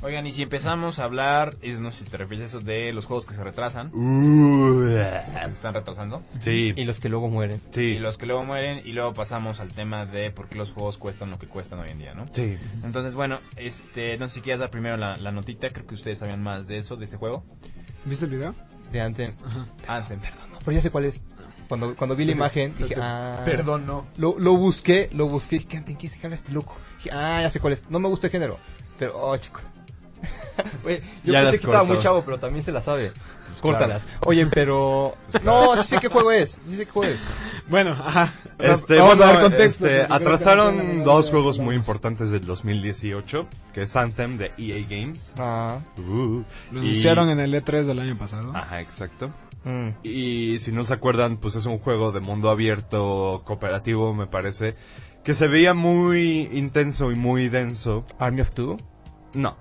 [SPEAKER 4] Oigan, y si empezamos a hablar, es, no sé si te refieres a eso de los juegos que se retrasan,
[SPEAKER 6] Uh.
[SPEAKER 4] que se están retrasando,
[SPEAKER 7] sí,
[SPEAKER 8] Y los que luego mueren.
[SPEAKER 4] y
[SPEAKER 7] sí,
[SPEAKER 4] los que luego mueren, y luego pasamos al tema de por qué los juegos cuestan lo que cuestan hoy en día, ¿no?
[SPEAKER 7] sí.
[SPEAKER 4] Entonces, bueno, este, no sé si quieres dar primero la, la notita, creo que ustedes sabían más de eso, de este juego.
[SPEAKER 6] ¿Viste el video?
[SPEAKER 8] De antes.
[SPEAKER 4] Anthem, perdón.
[SPEAKER 8] No, pero ya sé cuál es. Cuando, cuando vi la imagen, dije, ah.
[SPEAKER 4] Perdón, no.
[SPEAKER 8] Lo, lo busqué, lo busqué. Dije, ¿de qué habla este loco? Dije, ah, ya sé cuál es. No me gusta el género. Pero, oh, chico. Oye, yo
[SPEAKER 7] Ya
[SPEAKER 8] pensé
[SPEAKER 7] las
[SPEAKER 8] que estaba
[SPEAKER 7] cortó.
[SPEAKER 8] muy chavo, pero también se la sabe. Córtalas. Oye, pero. No, sí sé qué juego es. Sí sé qué juego es.
[SPEAKER 6] Bueno, ajá.
[SPEAKER 7] Este,
[SPEAKER 6] Vamos a
[SPEAKER 7] bueno,
[SPEAKER 6] dar contexto.
[SPEAKER 7] este,
[SPEAKER 6] porque creo que no tiene
[SPEAKER 7] atrasaron
[SPEAKER 6] nada
[SPEAKER 7] dos
[SPEAKER 6] que
[SPEAKER 7] juegos
[SPEAKER 6] hablar.
[SPEAKER 7] muy importantes del 2018, que es Anthem de EA Games.
[SPEAKER 8] Ah.
[SPEAKER 7] Uh,
[SPEAKER 6] Lo
[SPEAKER 7] y- Ah,
[SPEAKER 6] anunciaron en el E3 del año pasado.
[SPEAKER 7] Ajá, exacto.
[SPEAKER 8] mm.
[SPEAKER 7] Y si no se acuerdan, pues es un juego de mundo abierto, cooperativo, me parece, que se veía muy intenso y muy denso.
[SPEAKER 8] Army of Two.
[SPEAKER 7] No,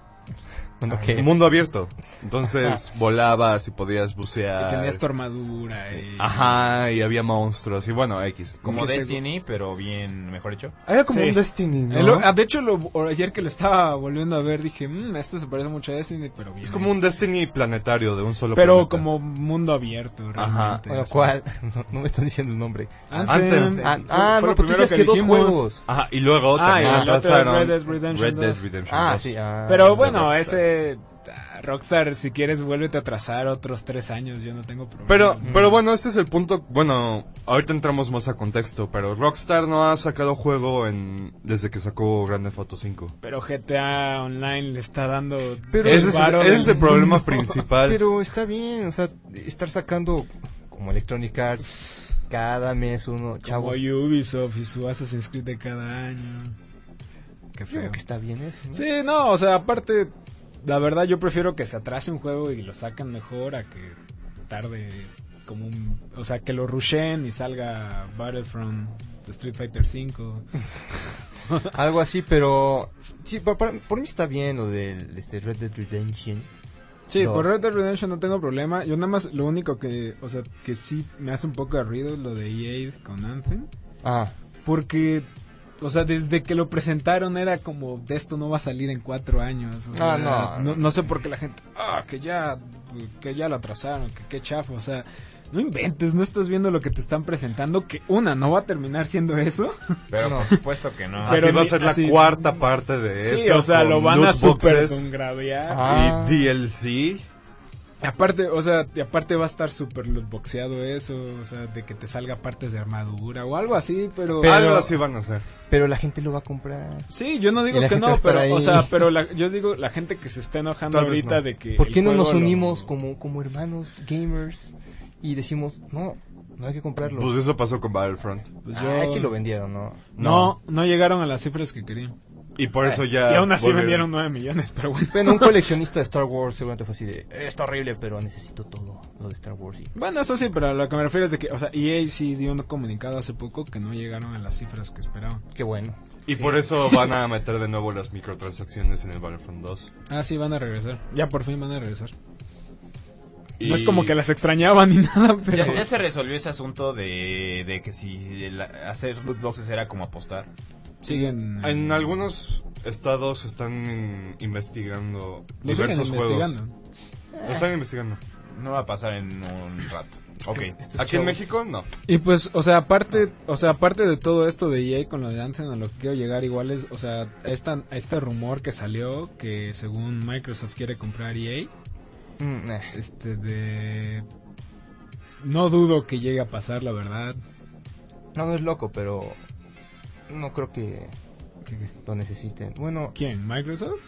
[SPEAKER 7] Ah,
[SPEAKER 8] Bueno, que.
[SPEAKER 7] mundo abierto. Entonces volabas y podías bucear.
[SPEAKER 6] Y tenías tu armadura. eh, Y...
[SPEAKER 7] Ajá, y había monstruos, y bueno, X.
[SPEAKER 4] Como
[SPEAKER 6] Que se-
[SPEAKER 4] Destiny, pero bien, mejor hecho.
[SPEAKER 7] Era
[SPEAKER 6] Sí.
[SPEAKER 7] Destiny,
[SPEAKER 6] El- ah, de hecho, lo- o ayer que lo estaba volviendo a ver, dije, mmm, esto se parece mucho a Destiny, pero bien.
[SPEAKER 7] Es como un Destiny planetario de un solo
[SPEAKER 6] Pero
[SPEAKER 7] planeta.
[SPEAKER 6] como mundo abierto,
[SPEAKER 7] Ajá.
[SPEAKER 6] realmente.
[SPEAKER 8] Bueno,
[SPEAKER 6] o sea.
[SPEAKER 8] ¿cuál? No, no me están diciendo el nombre.
[SPEAKER 6] Anthem.
[SPEAKER 7] Anthem.
[SPEAKER 8] Ah,
[SPEAKER 6] Fue-
[SPEAKER 8] ah,
[SPEAKER 6] fue
[SPEAKER 8] no,
[SPEAKER 6] lo
[SPEAKER 8] pero tú
[SPEAKER 6] primero
[SPEAKER 8] decías que, dos
[SPEAKER 6] dijimos.
[SPEAKER 8] juegos.
[SPEAKER 7] Ajá, y luego
[SPEAKER 6] Ah, y
[SPEAKER 7] también
[SPEAKER 6] el otro es
[SPEAKER 7] atrasaron
[SPEAKER 6] Red Dead Redemption
[SPEAKER 7] Red Dead
[SPEAKER 6] 2.
[SPEAKER 7] Redemption
[SPEAKER 8] Ah,
[SPEAKER 7] 2.
[SPEAKER 8] sí. Ah,
[SPEAKER 6] Pero
[SPEAKER 7] de
[SPEAKER 6] bueno,
[SPEAKER 7] Rockstar.
[SPEAKER 6] ese ah, Rockstar, si quieres, vuélvete a trazar otros tres años. Yo no tengo problema.
[SPEAKER 7] Pero, pero bueno, este es el punto. Bueno, ahorita entramos más a contexto, pero Rockstar no ha sacado juego en desde que sacó Grande Foto 5.
[SPEAKER 6] Pero GTA Online le está dando.
[SPEAKER 8] Pero-
[SPEAKER 6] el
[SPEAKER 7] ese, es,
[SPEAKER 6] varo
[SPEAKER 7] ese
[SPEAKER 6] del
[SPEAKER 7] es el problema
[SPEAKER 6] mundo.
[SPEAKER 7] principal.
[SPEAKER 8] Pero está bien, o sea, estar sacando como Electronic Arts cada mes uno,
[SPEAKER 6] Como
[SPEAKER 8] chavos. Yo
[SPEAKER 6] Ubisoft y su Assassin's Creed de cada año. Qué
[SPEAKER 8] creo
[SPEAKER 6] feo.
[SPEAKER 8] que está bien eso. ¿no?
[SPEAKER 6] Sí, no, o sea, aparte, la verdad yo prefiero que se atrase un juego y lo sacan mejor a que tarde como un... O sea, que lo rushen y salga Battlefront, Street Fighter V.
[SPEAKER 8] Algo así, pero sí, pa- para- por mí está bien lo del este, Red Dead Redemption.
[SPEAKER 6] Sí,
[SPEAKER 8] Dos.
[SPEAKER 6] por Red Dead Redemption no tengo problema. Yo nada más lo único que, o sea, que sí me hace un poco de ruido es lo de EA con Anthem.
[SPEAKER 8] Ah,
[SPEAKER 6] Porque, o sea, desde que lo presentaron era como, de esto no va a salir en cuatro años. o sea,
[SPEAKER 8] no.
[SPEAKER 6] Ah, no. no sé por qué la gente, ah, que ya, que ya lo atrasaron, que qué chafo, o sea, no inventes, no estás viendo lo que te están presentando, que una, no va a terminar siendo eso.
[SPEAKER 4] Pero
[SPEAKER 8] No.
[SPEAKER 4] por supuesto que no.
[SPEAKER 7] Así
[SPEAKER 6] pero
[SPEAKER 7] va a
[SPEAKER 6] ni-
[SPEAKER 7] ser la
[SPEAKER 6] así-
[SPEAKER 7] cuarta parte de eso.
[SPEAKER 6] Sí, o sea,
[SPEAKER 7] con
[SPEAKER 6] lo van a
[SPEAKER 7] loot
[SPEAKER 6] super
[SPEAKER 7] boxes
[SPEAKER 8] Ah.
[SPEAKER 7] Y DLC.
[SPEAKER 6] Aparte, o sea, y aparte va a estar super boxeado eso, o sea, de que te salga partes de armadura o algo así, pero...
[SPEAKER 8] Pero-
[SPEAKER 7] Algo así van a hacer.
[SPEAKER 8] pero la gente lo va a comprar.
[SPEAKER 6] Sí, yo no
[SPEAKER 8] Y
[SPEAKER 6] digo
[SPEAKER 8] la
[SPEAKER 6] que
[SPEAKER 8] gente va
[SPEAKER 6] no,
[SPEAKER 8] a estar
[SPEAKER 6] pero,
[SPEAKER 8] ahí.
[SPEAKER 6] o sea, pero la- yo digo la gente que se está enojando
[SPEAKER 7] Tal vez
[SPEAKER 6] ahorita
[SPEAKER 7] no.
[SPEAKER 6] de que.
[SPEAKER 8] ¿Por
[SPEAKER 6] el
[SPEAKER 8] qué no nos
[SPEAKER 6] juego lo-
[SPEAKER 8] unimos como, como hermanos gamers y decimos, no, no hay que comprarlo?
[SPEAKER 7] Pues eso pasó con Battlefront.
[SPEAKER 6] Pues yo-
[SPEAKER 8] Ah, sí lo vendieron, ¿no?
[SPEAKER 6] No, no llegaron a las cifras que querían.
[SPEAKER 7] Y por eso ya.
[SPEAKER 6] Eh, y aún así
[SPEAKER 7] Ah,
[SPEAKER 6] vendieron
[SPEAKER 7] volvieron.
[SPEAKER 6] 9 millones, pero bueno.
[SPEAKER 8] Bueno, un coleccionista de Star Wars seguramente fue así de, está horrible, pero necesito todo lo de Star Wars. y
[SPEAKER 6] Bueno, eso sí, pero a lo que me refiero es de que, o sea, EA sí dio un comunicado hace poco que no llegaron a las cifras que esperaban.
[SPEAKER 8] qué bueno.
[SPEAKER 7] Y por eso van a meter de nuevo las microtransacciones en el Battlefront 2.
[SPEAKER 6] Ah, sí, van a regresar. Ya por fin van a regresar.
[SPEAKER 7] Y-
[SPEAKER 6] No es como que las extrañaban ni nada, pero.
[SPEAKER 4] Ya, ya se resolvió ese asunto de, de que si la- hacer loot boxes era como apostar.
[SPEAKER 6] Siguen.
[SPEAKER 7] En algunos estados están investigando
[SPEAKER 6] Lo siguen
[SPEAKER 7] diversos
[SPEAKER 6] investigando.
[SPEAKER 7] juegos. Lo están investigando.
[SPEAKER 4] No va a pasar en un rato. Ok.
[SPEAKER 7] Estos Aquí en México, no.
[SPEAKER 6] Y pues, o sea, aparte, o sea, aparte de todo esto de EA con lo de Anthem, a lo que quiero llegar igual es, o sea, a esta, a este rumor que salió que según Microsoft quiere comprar EA,
[SPEAKER 8] Mm, nah.
[SPEAKER 6] este de... No dudo que llegue a pasar, la verdad.
[SPEAKER 8] No, no es loco, pero no creo que
[SPEAKER 6] ¿Qué-
[SPEAKER 8] lo necesiten. Bueno,
[SPEAKER 6] ¿Quién? ¿Microsoft?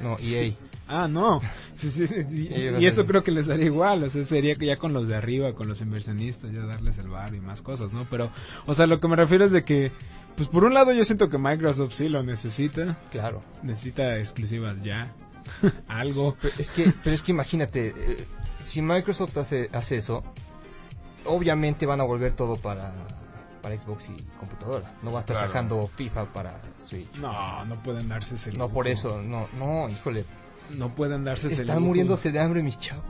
[SPEAKER 8] no, E EA.
[SPEAKER 6] Ah, no. y, y eso creo que les daría igual. O sea, sería que ya con los de arriba, con los inversionistas, ya darles el bar y más cosas, ¿no? Pero, o sea, lo que me refiero es de que, pues por un lado yo siento que Microsoft sí lo necesita.
[SPEAKER 8] Claro.
[SPEAKER 6] Necesita exclusivas ya. Algo.
[SPEAKER 8] Pero es que, pero es que imagínate, eh, si Microsoft hace, hace eso, obviamente van a volver todo para, para Xbox y computadora. No va a estar
[SPEAKER 4] Claro.
[SPEAKER 8] sacando FIFA para Switch.
[SPEAKER 6] No, no pueden darse ese
[SPEAKER 8] No
[SPEAKER 6] lujo.
[SPEAKER 8] por eso, no, no, híjole.
[SPEAKER 6] No pueden darse ese
[SPEAKER 8] Están
[SPEAKER 6] lujo.
[SPEAKER 8] muriéndose de hambre mis chavos.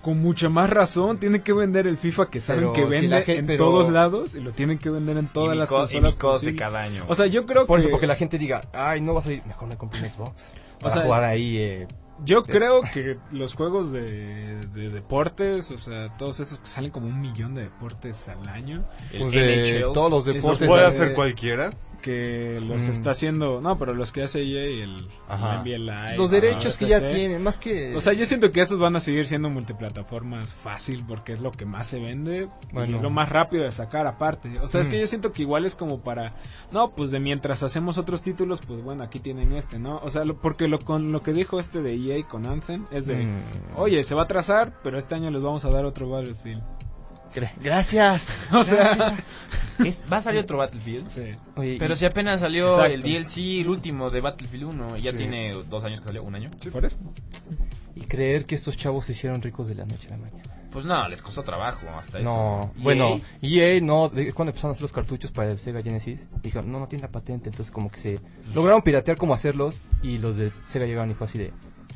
[SPEAKER 6] Con mucha más razón. Tienen que vender el FIFA que saben
[SPEAKER 8] Pero
[SPEAKER 6] que
[SPEAKER 8] si la
[SPEAKER 6] vende
[SPEAKER 8] gen-
[SPEAKER 6] en
[SPEAKER 8] pero-
[SPEAKER 6] todos lados y lo tienen que vender en todas
[SPEAKER 4] Y
[SPEAKER 6] las
[SPEAKER 4] mi co- y
[SPEAKER 6] consolas
[SPEAKER 4] mi cost de
[SPEAKER 6] posibles.
[SPEAKER 4] cada año.
[SPEAKER 6] O sea, yo creo
[SPEAKER 8] Por
[SPEAKER 6] que...
[SPEAKER 8] eso, porque la gente diga, ay, no va a salir, mejor me compro un Xbox. Para
[SPEAKER 6] sea,
[SPEAKER 8] jugar ahí, eh,
[SPEAKER 6] Yo
[SPEAKER 8] Eso.
[SPEAKER 6] creo que los juegos de, de deportes, o sea, todos esos que salen como un millón de deportes al año,
[SPEAKER 4] El
[SPEAKER 8] pues, de
[SPEAKER 4] NHL.
[SPEAKER 8] todos los
[SPEAKER 7] ¿Los
[SPEAKER 8] deportes.
[SPEAKER 7] puede
[SPEAKER 8] de-
[SPEAKER 7] hacer cualquiera?
[SPEAKER 6] que
[SPEAKER 8] Mm.
[SPEAKER 6] los está haciendo, no, pero los que hace EA y el,
[SPEAKER 7] Ajá.
[SPEAKER 6] el NBA Live, ah,
[SPEAKER 8] Los
[SPEAKER 6] el
[SPEAKER 9] ah,
[SPEAKER 8] derechos que ya
[SPEAKER 6] FC.
[SPEAKER 8] tienen, más que...
[SPEAKER 6] O sea, yo siento que esos van a seguir siendo multiplataformas fácil porque es lo que más se vende y
[SPEAKER 8] Bueno.
[SPEAKER 6] lo más rápido de sacar aparte. O sea, es
[SPEAKER 8] Mm.
[SPEAKER 6] que yo siento que igual es como para, no, pues de mientras hacemos otros títulos, pues bueno, aquí tienen este, ¿no? O sea, lo- porque lo con lo que dijo este de EA con Anthem es de,
[SPEAKER 8] Mm.
[SPEAKER 6] oye, se va a atrasar, pero este año les vamos a dar otro Battlefield.
[SPEAKER 9] Gracias.
[SPEAKER 6] O sea,
[SPEAKER 9] Es- va a salir otro Battlefield.
[SPEAKER 6] sí.
[SPEAKER 8] Oye,
[SPEAKER 9] Pero
[SPEAKER 8] y-
[SPEAKER 9] si apenas salió
[SPEAKER 6] Exacto.
[SPEAKER 9] el DLC, el último de Battlefield 1, y ya
[SPEAKER 8] Sí.
[SPEAKER 9] tiene dos años que salió, un año.
[SPEAKER 6] por eso.
[SPEAKER 8] y creer que estos chavos se hicieron ricos de la noche a la mañana.
[SPEAKER 9] Pues no, les costó trabajo hasta eso.
[SPEAKER 8] No,
[SPEAKER 9] ¿Y
[SPEAKER 8] bueno,
[SPEAKER 9] ahí?
[SPEAKER 8] EA no, de- cuando empezaron a hacer los cartuchos para el Sega Genesis, dijeron, no, no tiene la patente, entonces como que se lograron piratear cómo hacerlos y los de Sega llegaron y fue así de,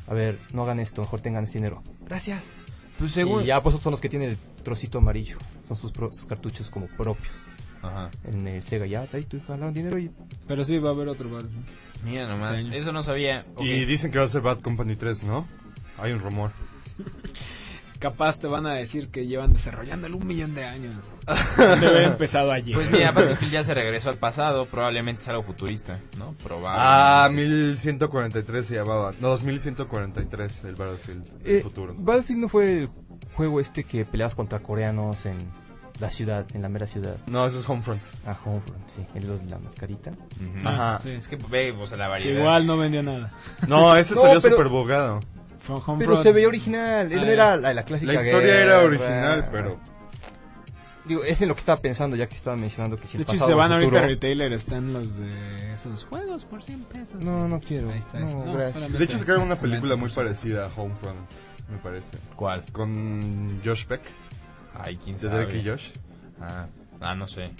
[SPEAKER 8] a ver, no hagan esto, mejor tengan este dinero. Gracias.
[SPEAKER 9] Pues según.
[SPEAKER 8] Y ya pues esos son los que tienen el trocito amarillo, son sus, pro- sus cartuchos como propios.
[SPEAKER 9] Ajá.
[SPEAKER 8] En el Sega ya, ahí tú jalaron dinero y...
[SPEAKER 6] Pero sí va a haber otro Battlefield.
[SPEAKER 9] Mira nomás,
[SPEAKER 6] Este año.
[SPEAKER 9] eso no sabía. Ok.
[SPEAKER 7] Y dicen que va a ser Bad Company 3, ¿no? Hay un rumor.
[SPEAKER 6] Capaz te van a decir que llevan desarrollándolo un millón de años. Debe haber empezado ayer.
[SPEAKER 9] Pues mira, Battlefield ya se regresó al pasado, probablemente es algo futurista, ¿no? Probable.
[SPEAKER 7] Ah, 1143 se llamaba. No, 2143 el Battlefield del
[SPEAKER 8] Eh,
[SPEAKER 7] futuro.
[SPEAKER 8] Battlefield no fue el juego este que peleabas contra coreanos en la ciudad, en la mera ciudad.
[SPEAKER 7] No, ese es Homefront.
[SPEAKER 8] Ah, Homefront, sí, el de la mascarita.
[SPEAKER 9] Ujú.
[SPEAKER 7] Ajá.
[SPEAKER 6] Sí.
[SPEAKER 9] Es que ve, o sea, la
[SPEAKER 6] Que
[SPEAKER 9] variedad.
[SPEAKER 6] igual no vendió nada.
[SPEAKER 7] No, ese
[SPEAKER 8] No,
[SPEAKER 7] salió
[SPEAKER 8] pero-
[SPEAKER 7] súper bugado.
[SPEAKER 6] From Home
[SPEAKER 8] Pero
[SPEAKER 6] Front.
[SPEAKER 8] se veía original, él
[SPEAKER 6] Ah,
[SPEAKER 8] no era la, la clásica
[SPEAKER 7] La historia
[SPEAKER 8] guerra.
[SPEAKER 7] era original, pero.
[SPEAKER 8] Digo, es en lo que estaba pensando, ya que estaba mencionando que si
[SPEAKER 6] De
[SPEAKER 8] el
[SPEAKER 6] hecho, si
[SPEAKER 8] pasado
[SPEAKER 6] se
[SPEAKER 8] o
[SPEAKER 6] van
[SPEAKER 8] el futuro-
[SPEAKER 6] ahorita a retailer, están los de esos juegos por 100 pesos.
[SPEAKER 8] No, no quiero.
[SPEAKER 6] Ahí está.
[SPEAKER 8] No,
[SPEAKER 6] eso. No,
[SPEAKER 8] gracias.
[SPEAKER 6] solamente-
[SPEAKER 7] De hecho, sacaron una película muy parecida a Homefront, me parece.
[SPEAKER 9] ¿Cuál?
[SPEAKER 7] Con Josh Peck,
[SPEAKER 9] Ay, quién
[SPEAKER 7] de
[SPEAKER 9] sabe.
[SPEAKER 7] Drake y Josh.
[SPEAKER 9] Ah, ah, no sé.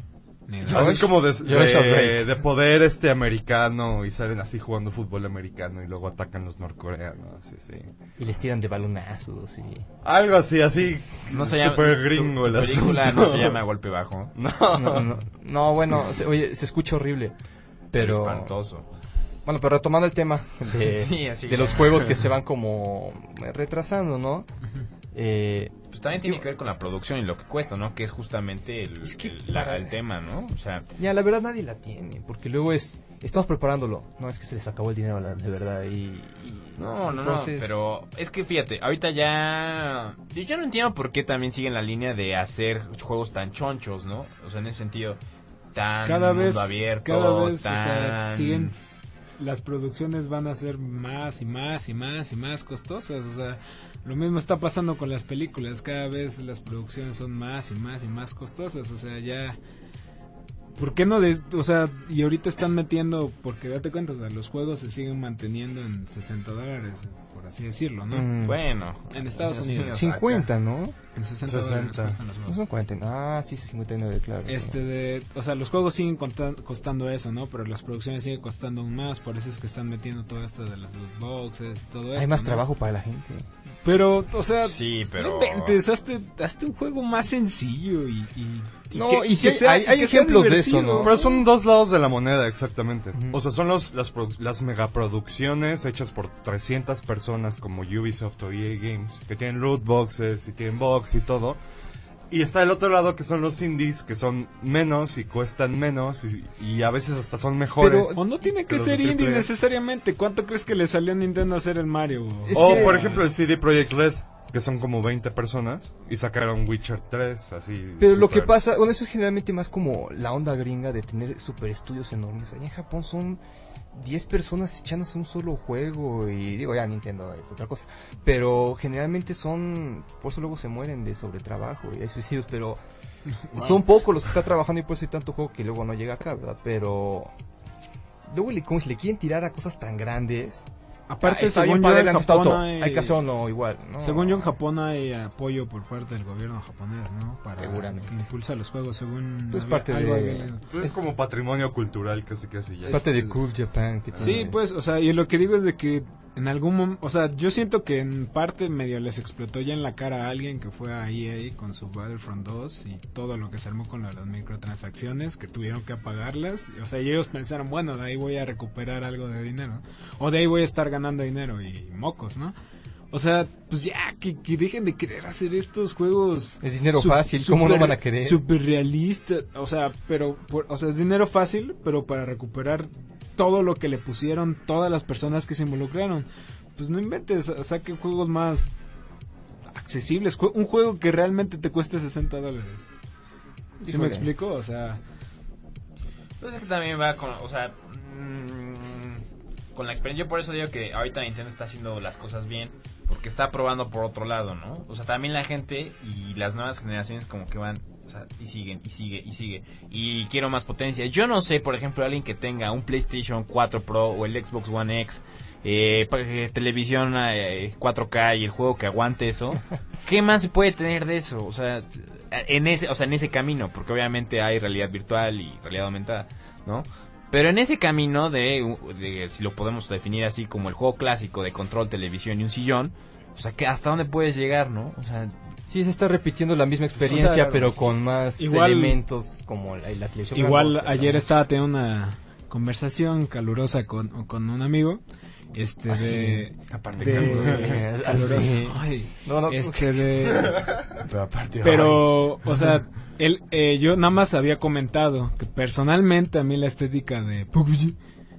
[SPEAKER 6] Ni idea.
[SPEAKER 7] Así es como de, de-
[SPEAKER 8] Josh o Drake.
[SPEAKER 7] de poder este americano y salen así jugando fútbol americano y luego atacan los norcoreanos. Sí, sí.
[SPEAKER 8] Y les tiran de balonazos y...
[SPEAKER 7] Algo así, así.
[SPEAKER 9] No se llama.
[SPEAKER 7] Super
[SPEAKER 9] tu-
[SPEAKER 7] gringo
[SPEAKER 9] tu
[SPEAKER 7] el
[SPEAKER 9] película
[SPEAKER 7] asunto.
[SPEAKER 9] no se llama Golpe Bajo.
[SPEAKER 8] No, no, no, bueno, se- oye, se escucha horrible. Pero...
[SPEAKER 9] Espantoso.
[SPEAKER 8] Bueno, pero retomando el tema de,
[SPEAKER 9] Sí, así
[SPEAKER 8] de
[SPEAKER 9] es.
[SPEAKER 8] los juegos que se van como retrasando, ¿no? Eh,
[SPEAKER 9] Pues también tiene que ver con la producción y lo que cuesta, ¿no? Que es justamente el,
[SPEAKER 8] Es que
[SPEAKER 9] el- la-
[SPEAKER 8] para-
[SPEAKER 9] el tema, ¿no? O sea,
[SPEAKER 8] ya, la verdad nadie la tiene, porque luego es... Estamos preparándolo. No, es que se les acabó el dinero, la- de verdad, y... y-
[SPEAKER 9] no, no,
[SPEAKER 8] Entonces-
[SPEAKER 9] no. Pero es que fíjate, ahorita ya. Yo, yo no entiendo por qué también siguen la línea de hacer juegos tan chonchos, ¿no? O sea, en ese sentido, tan.
[SPEAKER 6] cada
[SPEAKER 9] mundo
[SPEAKER 6] vez,
[SPEAKER 9] abierto,
[SPEAKER 6] cada vez,
[SPEAKER 9] tan.
[SPEAKER 6] o sea, siguen las producciones van a ser más y más y más y más costosas, o sea, lo mismo está pasando con las películas, cada vez las producciones son más y más y más costosas, o sea, ya ¿Por qué no? des- o sea, y ahorita están metiendo, porque date cuenta, o sea, los juegos se siguen manteniendo en 60 dólares, por así decirlo, ¿no?
[SPEAKER 8] Mm.
[SPEAKER 9] Bueno.
[SPEAKER 6] En Estados Unidos.
[SPEAKER 8] 50, ¿no?
[SPEAKER 6] En 60, dólares
[SPEAKER 7] 60.
[SPEAKER 6] cuestan los
[SPEAKER 8] No
[SPEAKER 6] juegos.
[SPEAKER 8] son 49. Ah, sí, sí, 59, claro.
[SPEAKER 6] Este de, o sea, los juegos siguen contan- costando eso, ¿no? Pero las producciones siguen costando aún más, por eso es que están metiendo todo esto de las loot boxes, todo
[SPEAKER 9] este
[SPEAKER 6] eso.
[SPEAKER 8] Hay más trabajo para la gente.
[SPEAKER 6] Pero, o sea,
[SPEAKER 9] Sí, pero.
[SPEAKER 6] no inventes, hazte, hazte un juego más sencillo y, y- y
[SPEAKER 8] No,
[SPEAKER 7] que-
[SPEAKER 8] y sí
[SPEAKER 7] que sea-
[SPEAKER 8] hay,
[SPEAKER 7] y
[SPEAKER 8] hay
[SPEAKER 7] que sea
[SPEAKER 8] ejemplos de eso,
[SPEAKER 7] divertido.
[SPEAKER 8] ¿no?
[SPEAKER 7] Pero son dos lados de la moneda, exactamente.
[SPEAKER 8] Ujú.
[SPEAKER 7] O sea, son los, las, produ- las megaproducciones hechas por 300 personas como Ubisoft o EA Games, que tienen loot boxes y tienen box y todo. Y está el otro lado que son los indies, que son menos y cuestan menos y, y a veces hasta son mejores.
[SPEAKER 6] O no tiene que
[SPEAKER 7] Pero
[SPEAKER 6] ser
[SPEAKER 7] de
[SPEAKER 6] indie
[SPEAKER 7] AAA.
[SPEAKER 6] necesariamente. ¿Cuánto crees que le salió a Nintendo hacer el Mario?
[SPEAKER 8] Es
[SPEAKER 7] o
[SPEAKER 8] que-
[SPEAKER 7] por ejemplo el CD Projekt Red, que son como 20 personas y sacaron Witcher 3, así.
[SPEAKER 8] Pero lo que
[SPEAKER 7] súper-
[SPEAKER 8] pasa, bueno, eso es generalmente más como la onda gringa de tener super estudios enormes. Allá en Japón son 10 personas echándose un solo juego y digo, ya Nintendo es otra cosa. Pero generalmente son, por eso luego se mueren de sobretrabajo y hay suicidios, pero son pocos los que están trabajando y por eso hay tanto juego que luego no llega acá, ¿verdad? Pero luego le, como si le quieren tirar a cosas tan grandes.
[SPEAKER 6] Aparte,
[SPEAKER 8] está
[SPEAKER 6] Ah, según, yo,
[SPEAKER 8] bien padre
[SPEAKER 6] en
[SPEAKER 8] Grand Theft Auto,
[SPEAKER 6] Japón
[SPEAKER 8] hay...
[SPEAKER 6] hay,
[SPEAKER 8] que hacerlo igual, ¿no?
[SPEAKER 6] según yo, en Japón hay apoyo por parte del gobierno japonés, ¿no? Para
[SPEAKER 8] Seguramente.
[SPEAKER 6] que impulsa los juegos, según.
[SPEAKER 8] Pues
[SPEAKER 6] había-
[SPEAKER 8] parte
[SPEAKER 6] algo
[SPEAKER 8] de-
[SPEAKER 6] había leído.
[SPEAKER 7] Pues es como patrimonio cultural casi casi ya.
[SPEAKER 8] Es parte de Cool Japan. que
[SPEAKER 6] Sí,
[SPEAKER 8] tiene-
[SPEAKER 6] pues, o sea, y lo que digo es de que en algún momento, o sea, yo siento que en parte medio les explotó ya en la cara a alguien que fue a EA con su Battlefront 2 y todo lo que se armó con lo de las microtransacciones que tuvieron que apagarlas. O sea, y ellos pensaron, bueno, de ahí voy a recuperar algo de dinero. O de ahí voy a estar ganando dinero y mocos, ¿no? O sea, pues ya, que, que dejen de querer hacer estos juegos.
[SPEAKER 8] Es dinero
[SPEAKER 6] sup-
[SPEAKER 8] fácil, ¿cómo no van a querer?
[SPEAKER 6] Super realista, o sea, pero, por- o sea, es dinero fácil, pero para recuperar todo lo que le pusieron todas las personas que se involucraron. Pues no inventes, sa- saque juegos más accesibles, jue- un juego que realmente te cueste 60 dólares. ¿Sí
[SPEAKER 8] Híjole.
[SPEAKER 6] me explico? O sea,
[SPEAKER 4] Pues es que también va con, o sea, mm, con la experiencia. Yo por eso digo que ahorita Nintendo está haciendo las cosas bien, porque está probando por otro lado, ¿no? O sea, también la gente y las nuevas generaciones como que van, o sea, y siguen, y sigue, y sigue. Y quiero más potencia. Yo no sé, por ejemplo, alguien que tenga un PlayStation 4 Pro o el Xbox One X, eh, pa- eh, televisión eh, 4K y el juego que aguante eso, ¿qué más se puede tener de eso? O sea, en ese, o sea, en ese camino, porque obviamente hay realidad virtual y realidad aumentada, ¿no? Pero en ese camino de, de- si lo podemos definir así como el juego clásico de control, televisión y un sillón, o sea, que ¿hasta dónde puedes llegar, no? O sea,
[SPEAKER 8] Sí, se está repitiendo la misma experiencia,
[SPEAKER 6] O sea,
[SPEAKER 8] pero con más
[SPEAKER 6] igual-
[SPEAKER 8] elementos como la, la televisión.
[SPEAKER 6] Igual
[SPEAKER 8] grandota,
[SPEAKER 6] ayer
[SPEAKER 8] ¿no?
[SPEAKER 6] estaba teniendo una conversación calurosa con, con un amigo. Este
[SPEAKER 8] Así,
[SPEAKER 6] de.
[SPEAKER 8] Ah, aparte
[SPEAKER 6] de-
[SPEAKER 8] calurosa.
[SPEAKER 6] calurosa.
[SPEAKER 8] Así.
[SPEAKER 6] Ay,
[SPEAKER 8] No, no,
[SPEAKER 6] eh, este de.
[SPEAKER 7] Pero aparte
[SPEAKER 6] Pero, o sea, él, eh, yo nada más había comentado que personalmente a mí la estética de PUBG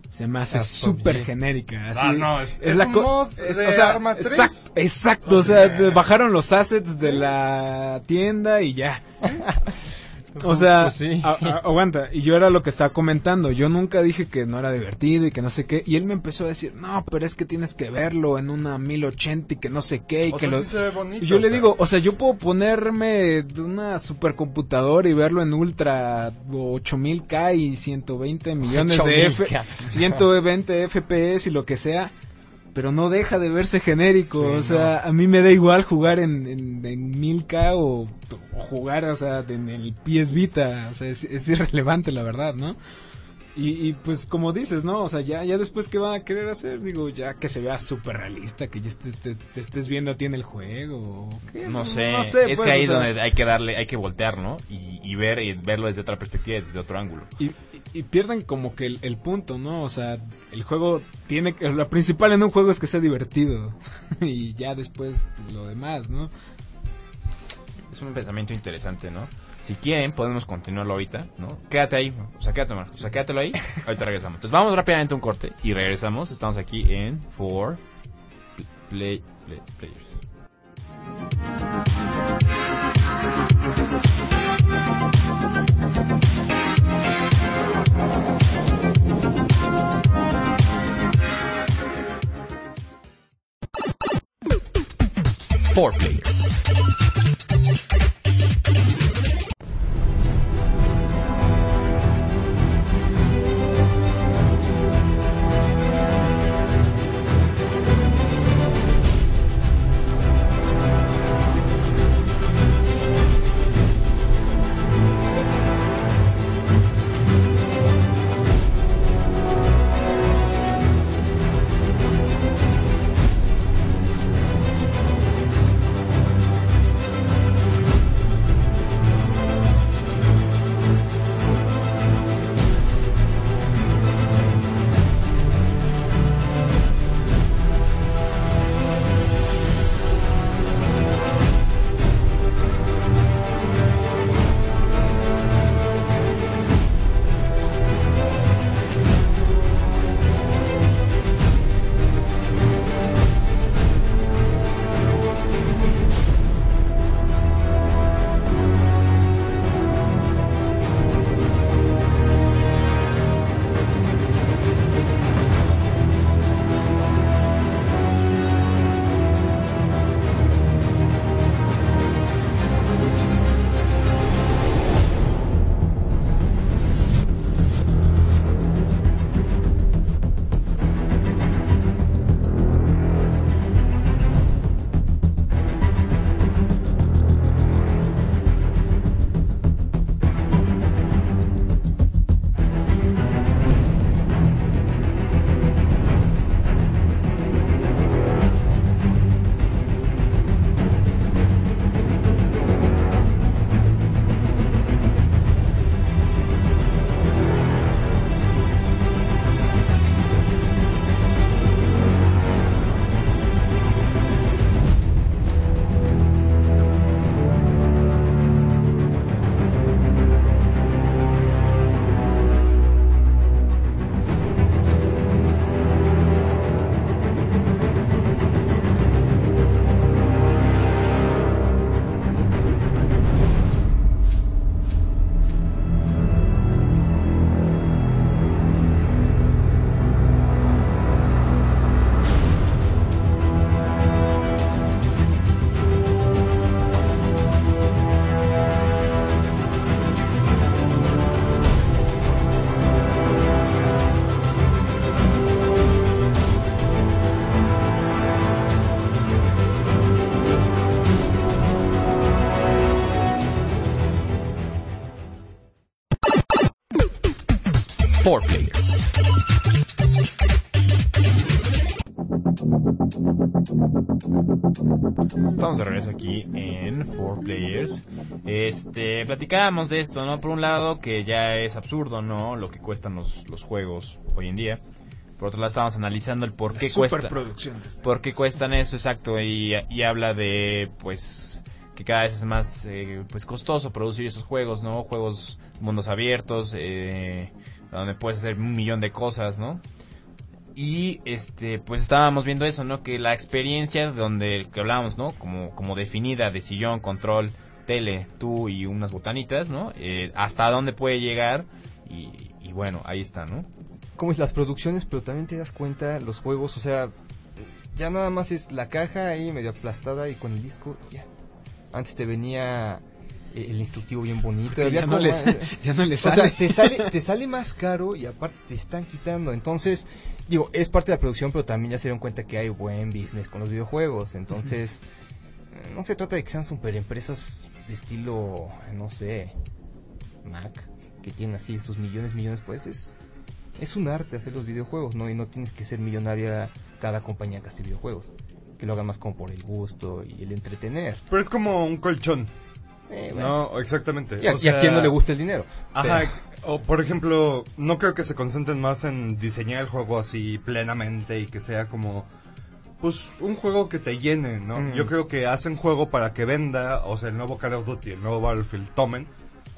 [SPEAKER 6] se me hace
[SPEAKER 8] Ah,
[SPEAKER 6] súper
[SPEAKER 8] PUBG.
[SPEAKER 6] genérica. Así,
[SPEAKER 7] Ah, no, es- es un
[SPEAKER 6] co-
[SPEAKER 7] mod de Arma
[SPEAKER 6] exact-
[SPEAKER 7] 3.
[SPEAKER 6] exacto, o sea, te bajaron los assets de la tienda y ya. O sea,
[SPEAKER 8] Pues sí.
[SPEAKER 6] a- a- aguanta, y yo era lo que estaba comentando, yo nunca dije que no era divertido y que no sé qué, y él me empezó a decir, no, pero es que tienes que verlo en una 1080 y que no sé qué, y
[SPEAKER 7] O
[SPEAKER 6] que
[SPEAKER 7] sea,
[SPEAKER 6] lo...
[SPEAKER 7] sí se ve bonito.
[SPEAKER 6] Y yo le
[SPEAKER 7] pero-
[SPEAKER 6] digo, o sea, yo puedo ponerme de una supercomputadora y verlo en ultra o 8000K y 120 millones de F,
[SPEAKER 8] 8000K.
[SPEAKER 6] 120 FPS y lo que sea, pero no deja de verse genérico, o sea, a mí me da igual jugar en, en, en 1000K o, o jugar, o sea, en el PS Vita, o sea, es, es irrelevante la verdad, ¿no? Y, y, pues como dices, ¿no? O sea, ya, ya después que van a querer hacer, digo, ya que se vea súper realista, que ya estés- te, te estés viendo a ti en el juego. o qué,
[SPEAKER 4] no sé, es
[SPEAKER 6] pues,
[SPEAKER 4] que ahí
[SPEAKER 6] o
[SPEAKER 4] es
[SPEAKER 6] sea,
[SPEAKER 4] donde hay que darle, hay que voltear, ¿no? Y, y ver, y verlo desde otra perspectiva, y desde otro ángulo.
[SPEAKER 6] Y, y- y pierden como que el, el punto, ¿no? O sea, el juego tiene que... Lo principal en un juego es que sea divertido. y ya después pues, lo demás, ¿no?
[SPEAKER 4] Es un pensamiento interesante, ¿no? Si quieren, podemos continuarlo ahorita, ¿no? Quédate ahí, o sea, quédate, Marco, o sea, quédatelo ahí, ahorita regresamos. Entonces vamos rápidamente a un corte y regresamos, estamos aquí en For Play, Play- Players.
[SPEAKER 10] Four Players.
[SPEAKER 11] Players.
[SPEAKER 4] Estamos de regreso aquí en Four Players. Este, platicábamos de esto, ¿no? Por un lado, que ya es absurdo, ¿no? Lo que cuestan los, los juegos hoy en día. Por otro lado, estábamos analizando el por qué cuesta.
[SPEAKER 6] Superproducciones.
[SPEAKER 4] ¿Por qué cuestan eso? Exacto. Y, y habla de, pues, que cada vez es más eh, pues costoso producir esos juegos, ¿no? Juegos, mundos abiertos, eh, donde puedes hacer un millón de cosas, ¿no? Y este, pues estábamos viendo eso, ¿no? Que la experiencia donde que hablábamos, ¿no? Como, como definida de sillón, control, tele, tú y unas botanitas, ¿no? Eh, hasta dónde puede llegar. Y, y bueno, ahí está, ¿no?
[SPEAKER 8] cómo es las producciones, pero también te das cuenta los juegos, o sea, ya nada más es la caja ahí medio aplastada y con el disco y ya. Antes te venía eh, el instructivo bien bonito, había
[SPEAKER 6] Ya no,
[SPEAKER 8] como
[SPEAKER 6] les,
[SPEAKER 8] más-
[SPEAKER 6] ya no les
[SPEAKER 8] o
[SPEAKER 6] sale.
[SPEAKER 8] sea, te sale, te sale más caro y aparte te están quitando. Entonces, digo, es parte de la producción, pero también ya se dieron cuenta que hay buen business con los videojuegos. Entonces, eh, no se trata de que sean super empresas de estilo, no sé, Mac, que tienen así sus millones, millones, pues es, es un arte hacer los videojuegos, ¿no? Y no tienes que ser millonaria cada compañía que hace videojuegos. Que lo hagan más como por el gusto y el entretener.
[SPEAKER 7] Pero es como un colchón.
[SPEAKER 8] Eh, bueno.
[SPEAKER 7] No, exactamente.
[SPEAKER 8] y, a,
[SPEAKER 7] O
[SPEAKER 8] y a
[SPEAKER 7] sea,
[SPEAKER 8] quién no le gusta el dinero.
[SPEAKER 7] Ajá.
[SPEAKER 8] Pero-
[SPEAKER 7] O por ejemplo, no creo que se concentren más en diseñar el juego así plenamente y que sea como pues un juego que te llene, ¿no?
[SPEAKER 8] Mm.
[SPEAKER 7] Yo creo que hacen juego para que venda, o sea, el nuevo Call of Duty, el nuevo Battlefield tomen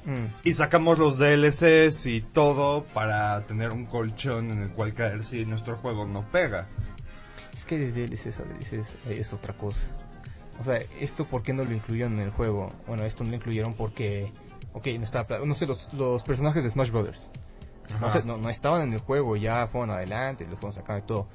[SPEAKER 8] Mm.
[SPEAKER 7] y sacamos los DLCs y todo para tener un colchón en el cual caer si nuestro juego no pega.
[SPEAKER 8] Es que de DLCs a DLCs es otra cosa. O sea, esto por qué no lo incluyeron en el juego. Bueno, esto no lo incluyeron porque. Ok, no estaba. pla- No sé, los, los personajes de Smash Brothers. No, sé, no, no estaban en el juego, ya fueron adelante, los fueron sacando y todo.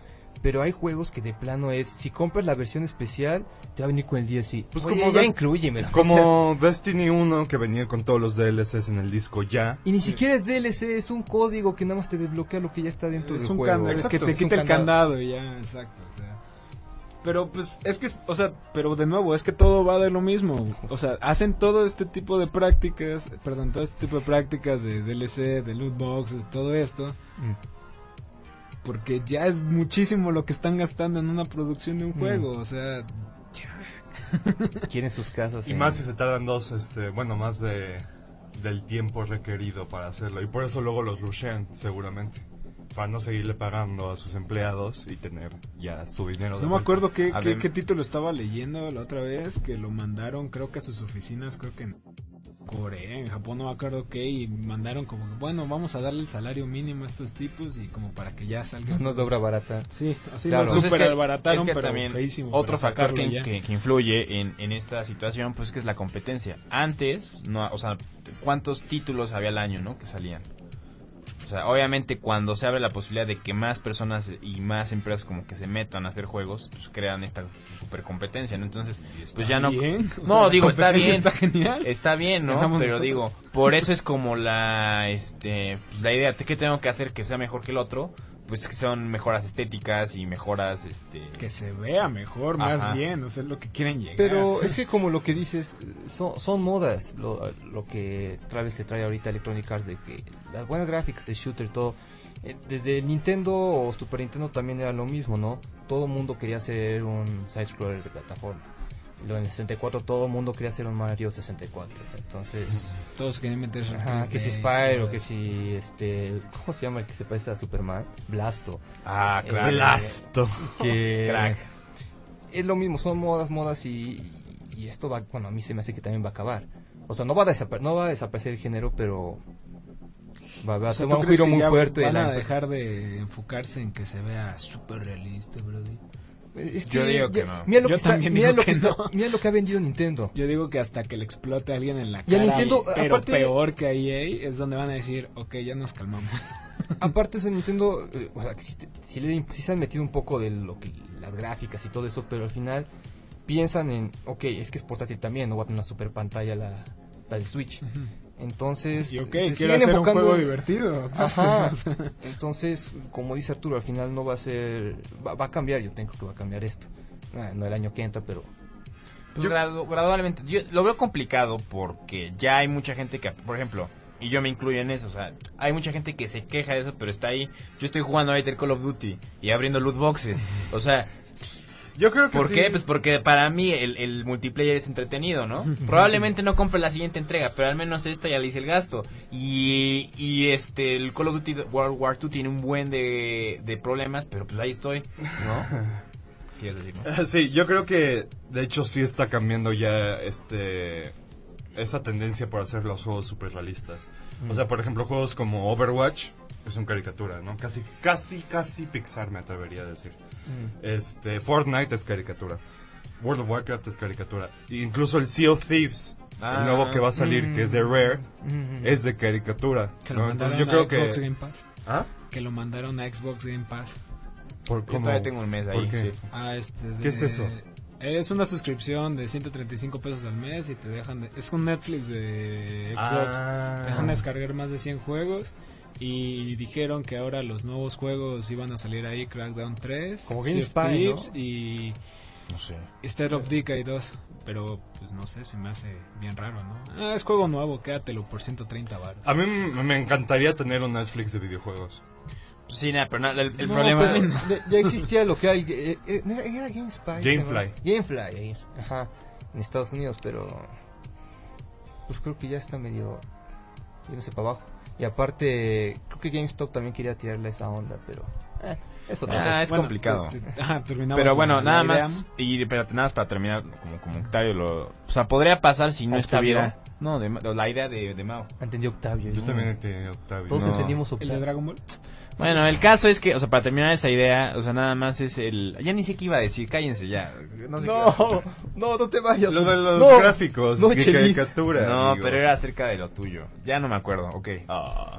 [SPEAKER 8] Pero hay juegos que de plano es. Si compras la versión especial, te va a venir con el DLC.
[SPEAKER 7] Pues
[SPEAKER 8] Pues Oye,
[SPEAKER 7] como
[SPEAKER 8] ya
[SPEAKER 7] Dest-
[SPEAKER 8] inclúyemelo. O sea,
[SPEAKER 7] Como Destiny 1 que venía con todos los DLCs en el disco ya.
[SPEAKER 8] Y ni siquiera es DLC, es un código que nada más te desbloquea lo que ya está dentro
[SPEAKER 6] Es
[SPEAKER 8] del
[SPEAKER 6] un
[SPEAKER 8] juego.
[SPEAKER 6] candado,
[SPEAKER 7] Exacto,
[SPEAKER 6] que te
[SPEAKER 8] es un
[SPEAKER 6] quita el
[SPEAKER 8] candado.
[SPEAKER 6] candado y ya, exacto. o sea. Pero pues es que, es- o sea, pero de nuevo, es que todo va de lo mismo. O sea, hacen todo este tipo de prácticas, perdón, todo este tipo de prácticas de DLC, de loot boxes, todo esto.
[SPEAKER 8] Mm.
[SPEAKER 6] Porque ya es muchísimo lo que están gastando en una producción de un
[SPEAKER 8] Mm.
[SPEAKER 6] juego. O sea,
[SPEAKER 8] Quieren sus casas.
[SPEAKER 7] Y
[SPEAKER 8] en-
[SPEAKER 7] más si se tardan dos, este, bueno, más de, del tiempo requerido para hacerlo. Y por eso luego los rushean, seguramente. Para no seguirle pagando a sus empleados y tener ya su dinero. de
[SPEAKER 6] no me
[SPEAKER 7] vuelta.
[SPEAKER 6] acuerdo qué,
[SPEAKER 4] A
[SPEAKER 6] qué-
[SPEAKER 4] ver.
[SPEAKER 6] qué título estaba leyendo la otra vez, que lo mandaron creo que a sus oficinas, creo que en Corea, en Japón, no me acuerdo qué, y mandaron como que, bueno, vamos a darle el salario mínimo a estos tipos y como para que ya salgan.
[SPEAKER 8] Una dobra barata.
[SPEAKER 6] Sí, así
[SPEAKER 8] Claro.
[SPEAKER 6] lo
[SPEAKER 4] Pues es
[SPEAKER 6] super
[SPEAKER 4] que-
[SPEAKER 6] abarataron,
[SPEAKER 4] es que
[SPEAKER 6] pero
[SPEAKER 4] también
[SPEAKER 6] feísimo
[SPEAKER 4] Otro
[SPEAKER 6] para
[SPEAKER 4] factor
[SPEAKER 6] sacarlo
[SPEAKER 4] que,
[SPEAKER 6] ya.
[SPEAKER 4] que- que influye en, en esta situación, pues que es la competencia. Antes, no, o sea, ¿cuántos títulos había al año, no? Que salían. O sea, obviamente cuando se abre la posibilidad de que más personas y más empresas como que se metan a hacer juegos, pues crean esta super competencia, ¿no? Entonces, pues ya no...
[SPEAKER 6] bien, o
[SPEAKER 4] No,
[SPEAKER 6] sea, la
[SPEAKER 4] digo, está
[SPEAKER 6] competencia
[SPEAKER 4] bien.
[SPEAKER 6] está genial.
[SPEAKER 4] Está bien, ¿no?
[SPEAKER 6] Ganamos
[SPEAKER 4] Pero
[SPEAKER 6] nosotros.
[SPEAKER 4] digo, por eso es como la, este, pues, la idea, ¿qué tengo que hacer que sea mejor que el otro? Pues que son mejoras estéticas y mejoras, este...
[SPEAKER 6] Que se vea mejor,
[SPEAKER 4] Ajá.
[SPEAKER 6] más bien, o sea, es lo que quieren llegar.
[SPEAKER 8] Pero es que como lo que dices, eh, son, son modas lo, lo que Travis te trae ahorita a Electronic Arts, de que las buenas gráficas, el shooter, todo. Eh, Desde Nintendo o Super Nintendo también era lo mismo, ¿no? Todo mundo quería hacer un side-scroller de plataforma. Lo en el 64 todo mundo quería hacer un Mario 64. Entonces,
[SPEAKER 6] Todos quieren meterse en
[SPEAKER 8] ajá, que si
[SPEAKER 6] 3D,
[SPEAKER 8] Spyro,
[SPEAKER 6] todo
[SPEAKER 8] que
[SPEAKER 6] eso.
[SPEAKER 8] si este, ¿cómo se llama el que se parece a Superman? Blasto.
[SPEAKER 4] Ah,
[SPEAKER 8] Eh,
[SPEAKER 4] claro.
[SPEAKER 7] Blasto.
[SPEAKER 8] que
[SPEAKER 4] Crack.
[SPEAKER 8] es lo mismo, son modas, modas y, y esto va, bueno, a mí se me hace que también va a acabar. O sea, no va a, desapa- no va a desaparecer el género, pero va, va
[SPEAKER 6] O
[SPEAKER 8] a
[SPEAKER 6] sea, ¿tú
[SPEAKER 8] tomar un
[SPEAKER 6] crees
[SPEAKER 8] giro
[SPEAKER 6] que
[SPEAKER 8] muy
[SPEAKER 6] ya
[SPEAKER 8] fuerte.
[SPEAKER 6] Van
[SPEAKER 8] la-
[SPEAKER 6] a dejar de enfocarse en que se vea súper realista, Brody.
[SPEAKER 8] Es que
[SPEAKER 4] Yo digo que
[SPEAKER 8] ya-
[SPEAKER 4] no.
[SPEAKER 8] Mira lo
[SPEAKER 6] Yo
[SPEAKER 8] que, está,
[SPEAKER 6] también
[SPEAKER 8] mira
[SPEAKER 6] digo
[SPEAKER 8] lo que,
[SPEAKER 6] que
[SPEAKER 8] está-
[SPEAKER 6] no.
[SPEAKER 8] mira lo que ha vendido Nintendo.
[SPEAKER 6] Yo digo que hasta que le explote a alguien en la
[SPEAKER 8] Y a
[SPEAKER 6] cara,
[SPEAKER 8] Nintendo,
[SPEAKER 6] y- pero
[SPEAKER 8] aparte-
[SPEAKER 6] peor que a EA, es donde van a decir, ok, ya nos calmamos.
[SPEAKER 8] Aparte, eso Nintendo, eh, o sea, que sí, te- sí le- sí se han metido un poco de lo que, las gráficas y todo eso, pero al final piensan en, ok, es que es portátil también, no va a tener una super pantalla la, la del Switch. Entonces,
[SPEAKER 6] Y ok,
[SPEAKER 8] se
[SPEAKER 6] quiero
[SPEAKER 8] siguen
[SPEAKER 6] hacer un
[SPEAKER 8] enfocando
[SPEAKER 6] juego
[SPEAKER 8] en-
[SPEAKER 6] divertido.
[SPEAKER 8] Ajá. Entonces, como dice Arturo, al final no va a ser. Va, va a cambiar, yo tengo que va a cambiar esto. Ah, no el año que entra, pero.
[SPEAKER 4] Pues gradu- gradualmente. Yo lo veo complicado porque ya hay mucha gente que, por ejemplo, Y yo me incluyo en eso, o sea, hay mucha gente que se queja de eso, pero está ahí. Yo estoy jugando ahorita el Call of Duty y abriendo loot boxes. O sea,
[SPEAKER 7] Yo creo que
[SPEAKER 4] ¿por
[SPEAKER 7] sí.
[SPEAKER 4] qué? Pues porque para mí el, el multiplayer es entretenido, ¿no? Probablemente no compre la siguiente entrega, pero al menos esta ya le hice el gasto. Y, y este, el Call of Duty World War 2 tiene un buen de, de problemas, pero pues ahí estoy, ¿no? Quiero decir, ¿no?
[SPEAKER 7] Sí, yo creo que de hecho sí está cambiando ya este esa tendencia por hacer los juegos super realistas. O
[SPEAKER 6] Mm.
[SPEAKER 7] sea, por ejemplo, juegos como Overwatch que son caricatura, ¿no? Casi casi casi Pixar me atrevería a decir.
[SPEAKER 6] Mm.
[SPEAKER 7] Este Fortnite es caricatura. World of Warcraft es caricatura. E incluso el Sea of Thieves
[SPEAKER 4] Ah.
[SPEAKER 7] el nuevo que va a salir, que es de Rare, es de caricatura.
[SPEAKER 6] Mm. Que lo
[SPEAKER 7] ¿no? Entonces
[SPEAKER 6] mandaron
[SPEAKER 7] yo creo
[SPEAKER 6] a Xbox
[SPEAKER 7] que...
[SPEAKER 6] Game Pass.
[SPEAKER 7] ¿Ah?
[SPEAKER 6] Que lo mandaron a Xbox Game Pass.
[SPEAKER 7] ¿Por
[SPEAKER 4] Yo
[SPEAKER 7] cómo?
[SPEAKER 4] todavía tengo un mes
[SPEAKER 7] ¿Por
[SPEAKER 4] ahí,
[SPEAKER 7] qué?
[SPEAKER 4] sí.
[SPEAKER 6] Ah, este de-
[SPEAKER 7] ¿Qué es eso?
[SPEAKER 6] Es una suscripción de 135 pesos al mes y te dejan... de- es un Netflix de Xbox.
[SPEAKER 7] Ah.
[SPEAKER 6] Te dejan descargar más de 100 juegos. Y dijeron que ahora los nuevos juegos iban a salir ahí, Crackdown 3,
[SPEAKER 8] Como
[SPEAKER 6] Sea of
[SPEAKER 8] GameSpy, ¿no?
[SPEAKER 6] Thieves y
[SPEAKER 7] No sé.
[SPEAKER 6] State of Decay 2. Pero, pues no sé, se me hace bien raro, ¿no? Ah, es juego nuevo, quédatelo por 130 baros.
[SPEAKER 7] A mí m- me encantaría tener un Netflix de videojuegos.
[SPEAKER 4] Pues sí, nada, pero nada, el, el
[SPEAKER 8] No,
[SPEAKER 4] problema...
[SPEAKER 8] pero ya- ya existía lo que hay. eh, eh, no, era GameSpy.
[SPEAKER 7] Gamefly.
[SPEAKER 8] se llamaba. Gamefly, ahí es, ajá. En Estados Unidos, pero. Pues creo que ya está medio. yéndose para abajo. Y aparte, creo que GameStop también quería tirarle esa onda, pero. eh, es otra cosa.
[SPEAKER 4] Ah, es complicado.
[SPEAKER 6] este, ajá, terminamos
[SPEAKER 4] Pero bueno,
[SPEAKER 6] la-
[SPEAKER 4] nada
[SPEAKER 6] la idea.
[SPEAKER 4] más. Y pero nada más para terminar como comentario. Lo, o sea, podría pasar si no
[SPEAKER 8] Octavio.
[SPEAKER 4] estuviera. No, de, Ma- la idea de, de Mao.
[SPEAKER 8] Entendí Octavio.
[SPEAKER 7] Yo
[SPEAKER 8] ¿no?
[SPEAKER 7] también entiendo, Octavio.
[SPEAKER 8] Todos
[SPEAKER 4] No.
[SPEAKER 8] entendimos
[SPEAKER 6] ¿El de
[SPEAKER 8] Octavio.
[SPEAKER 6] Dragon Ball?
[SPEAKER 4] Bueno, el caso es que, o sea, para terminar esa idea, o sea, nada más es el. Ya ni sé qué iba a decir, cállense ya. No sé qué iba a
[SPEAKER 8] No, no, no te vayas.
[SPEAKER 7] Lo de los
[SPEAKER 8] No.
[SPEAKER 7] gráficos,
[SPEAKER 8] no,
[SPEAKER 7] de
[SPEAKER 8] Chelis.
[SPEAKER 7] caricatura.
[SPEAKER 4] decir. No,
[SPEAKER 7] amigo.
[SPEAKER 4] pero era acerca de lo tuyo. Ya no me acuerdo, ok.
[SPEAKER 7] Ah.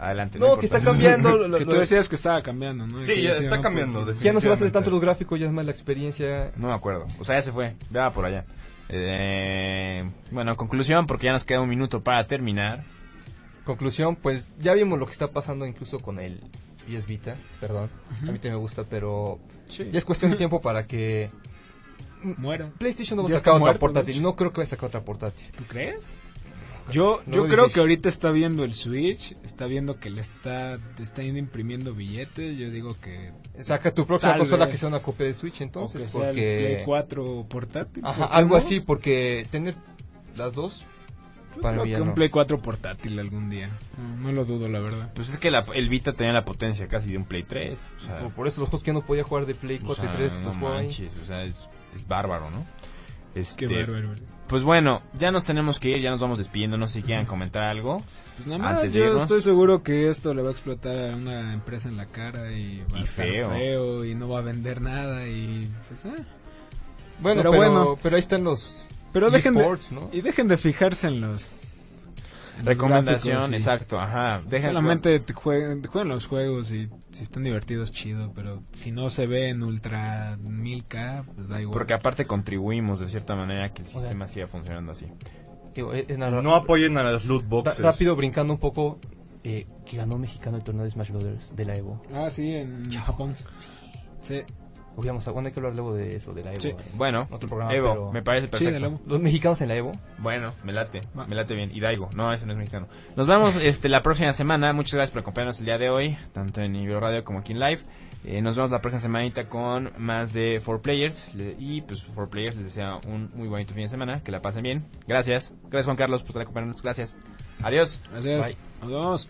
[SPEAKER 4] Adelante.
[SPEAKER 8] No, que
[SPEAKER 4] importa.
[SPEAKER 8] está cambiando. lo- lo-
[SPEAKER 6] Que tú
[SPEAKER 8] lo-
[SPEAKER 6] decías que estaba cambiando, ¿no? Y
[SPEAKER 7] Sí,
[SPEAKER 6] que
[SPEAKER 7] ya
[SPEAKER 6] decían,
[SPEAKER 7] está
[SPEAKER 6] ¿no?
[SPEAKER 7] cambiando.
[SPEAKER 6] Porque-
[SPEAKER 8] ya no se va a hacer
[SPEAKER 7] definitivamente.
[SPEAKER 8] tanto los gráficos, ya es más la experiencia.
[SPEAKER 4] No me acuerdo. O sea, ya se fue. Ya va por allá. Eh, bueno, conclusión, porque ya nos queda un minuto para terminar.
[SPEAKER 8] Conclusión, pues ya vimos lo que está pasando incluso con el PS Vita, perdón, a mí también me gusta, pero ya es cuestión de tiempo para que
[SPEAKER 6] Muera.
[SPEAKER 8] PlayStation no va
[SPEAKER 6] Ya
[SPEAKER 8] a
[SPEAKER 6] está
[SPEAKER 8] sacar otra
[SPEAKER 6] muerto, de
[SPEAKER 8] portátil,
[SPEAKER 6] hecho.
[SPEAKER 8] no creo que vaya a sacar otra portátil.
[SPEAKER 6] ¿Tú crees? Yo,
[SPEAKER 8] No
[SPEAKER 6] yo
[SPEAKER 8] lo
[SPEAKER 6] creo
[SPEAKER 8] dudes.
[SPEAKER 6] que ahorita está viendo el Switch, está viendo que le está, te está imprimiendo billetes, yo digo que...
[SPEAKER 8] Saca tu próxima
[SPEAKER 6] Tal
[SPEAKER 8] consola
[SPEAKER 6] vez.
[SPEAKER 8] que sea una copia de Switch
[SPEAKER 6] o
[SPEAKER 8] entonces,
[SPEAKER 6] que sea el Play
[SPEAKER 8] porque
[SPEAKER 6] 4 portátil.
[SPEAKER 8] Ajá,
[SPEAKER 6] ¿por qué
[SPEAKER 8] algo
[SPEAKER 6] no?
[SPEAKER 8] así, porque tener las dos
[SPEAKER 6] Yo
[SPEAKER 8] para
[SPEAKER 6] creo
[SPEAKER 8] mí ya
[SPEAKER 6] que un
[SPEAKER 8] no.
[SPEAKER 6] Play 4 portátil algún día. No, no lo dudo, la verdad.
[SPEAKER 4] Pues es que la- el Vita tenía la potencia casi de un Play 3. O sea,
[SPEAKER 8] Por, por eso los juegos que yo no podía jugar de Play 4
[SPEAKER 4] O
[SPEAKER 8] y
[SPEAKER 4] sea,
[SPEAKER 8] 3 los
[SPEAKER 4] no
[SPEAKER 8] juego ahí.
[SPEAKER 4] manches, o sea, es, es bárbaro, ¿no? Este,
[SPEAKER 6] Qué bárbaro. güey.
[SPEAKER 4] Pues bueno, ya nos tenemos que ir, ya nos vamos despidiendo, no sé si quieran comentar algo.
[SPEAKER 6] Pues nada más,
[SPEAKER 4] Antes de
[SPEAKER 6] yo
[SPEAKER 4] irnos-
[SPEAKER 6] estoy seguro que esto le va a explotar a una empresa en la cara y va
[SPEAKER 4] Y
[SPEAKER 6] a estar
[SPEAKER 4] feo.
[SPEAKER 6] feo. y no va a vender nada y pues ah.
[SPEAKER 8] Bueno, pero,
[SPEAKER 6] Pero bueno.
[SPEAKER 8] pero ahí están los
[SPEAKER 6] Pero dejen de,
[SPEAKER 8] eSports, ¿no?
[SPEAKER 6] y dejen de fijarse en los en los
[SPEAKER 4] Recomendación,
[SPEAKER 6] gráficos y-
[SPEAKER 4] exacto, ajá. Dejen-
[SPEAKER 6] Solamente te jueguen, jueguen los juegos y si están divertidos, chido, pero si no se ve en ultra 1000K, pues da igual.
[SPEAKER 4] Porque aparte contribuimos de cierta manera que el sistema siga funcionando así.
[SPEAKER 8] Digo, eh, es- es narra-
[SPEAKER 7] No apoyen a las loot
[SPEAKER 8] Ra-
[SPEAKER 7] boxes.
[SPEAKER 8] rápido brincando un poco, eh, que ganó un mexicano el torneo de Smash Brothers de la Evo.
[SPEAKER 6] Ah, sí, en Japón. Sí,
[SPEAKER 8] Obviamente, bueno, hay que hablar luego de eso, de la Evo.
[SPEAKER 6] Sí.
[SPEAKER 8] eh.
[SPEAKER 4] Bueno,
[SPEAKER 8] Otro programa,
[SPEAKER 4] Evo,
[SPEAKER 8] pero-
[SPEAKER 4] me parece
[SPEAKER 6] sí, del
[SPEAKER 4] perfecto.
[SPEAKER 6] amo.
[SPEAKER 8] Los mexicanos en la Evo.
[SPEAKER 4] Bueno, me late,
[SPEAKER 6] Va.
[SPEAKER 4] me late bien. Hidalgo, no, ese no es mexicano. Nos vemos este, la próxima semana. Muchas gracias por acompañarnos el día de hoy, tanto en Ibero Radio como aquí en Live. Eh, nos vemos la próxima semanita con más de 4Players. Le- Y pues 4Players les desea un muy bonito fin de semana. Que la pasen bien. Gracias. Gracias Juan Carlos por estar acompañándonos. Gracias. Adiós.
[SPEAKER 6] Gracias.
[SPEAKER 8] Bye.
[SPEAKER 6] Nos vemos.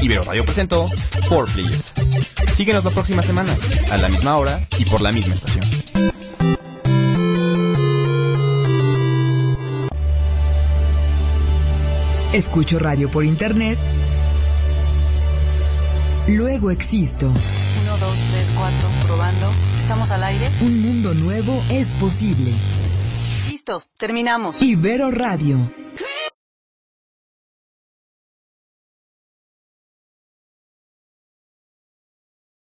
[SPEAKER 12] Ibero Radio presentó 4Players. Síguenos la próxima semana, a la misma hora y por la misma estación.
[SPEAKER 2] Escucho radio por internet. Luego existo.
[SPEAKER 13] 1, 2, 3, 4, probando. ¿Estamos al aire?
[SPEAKER 2] Un mundo nuevo es posible.
[SPEAKER 13] Listos, terminamos.
[SPEAKER 2] Ibero Radio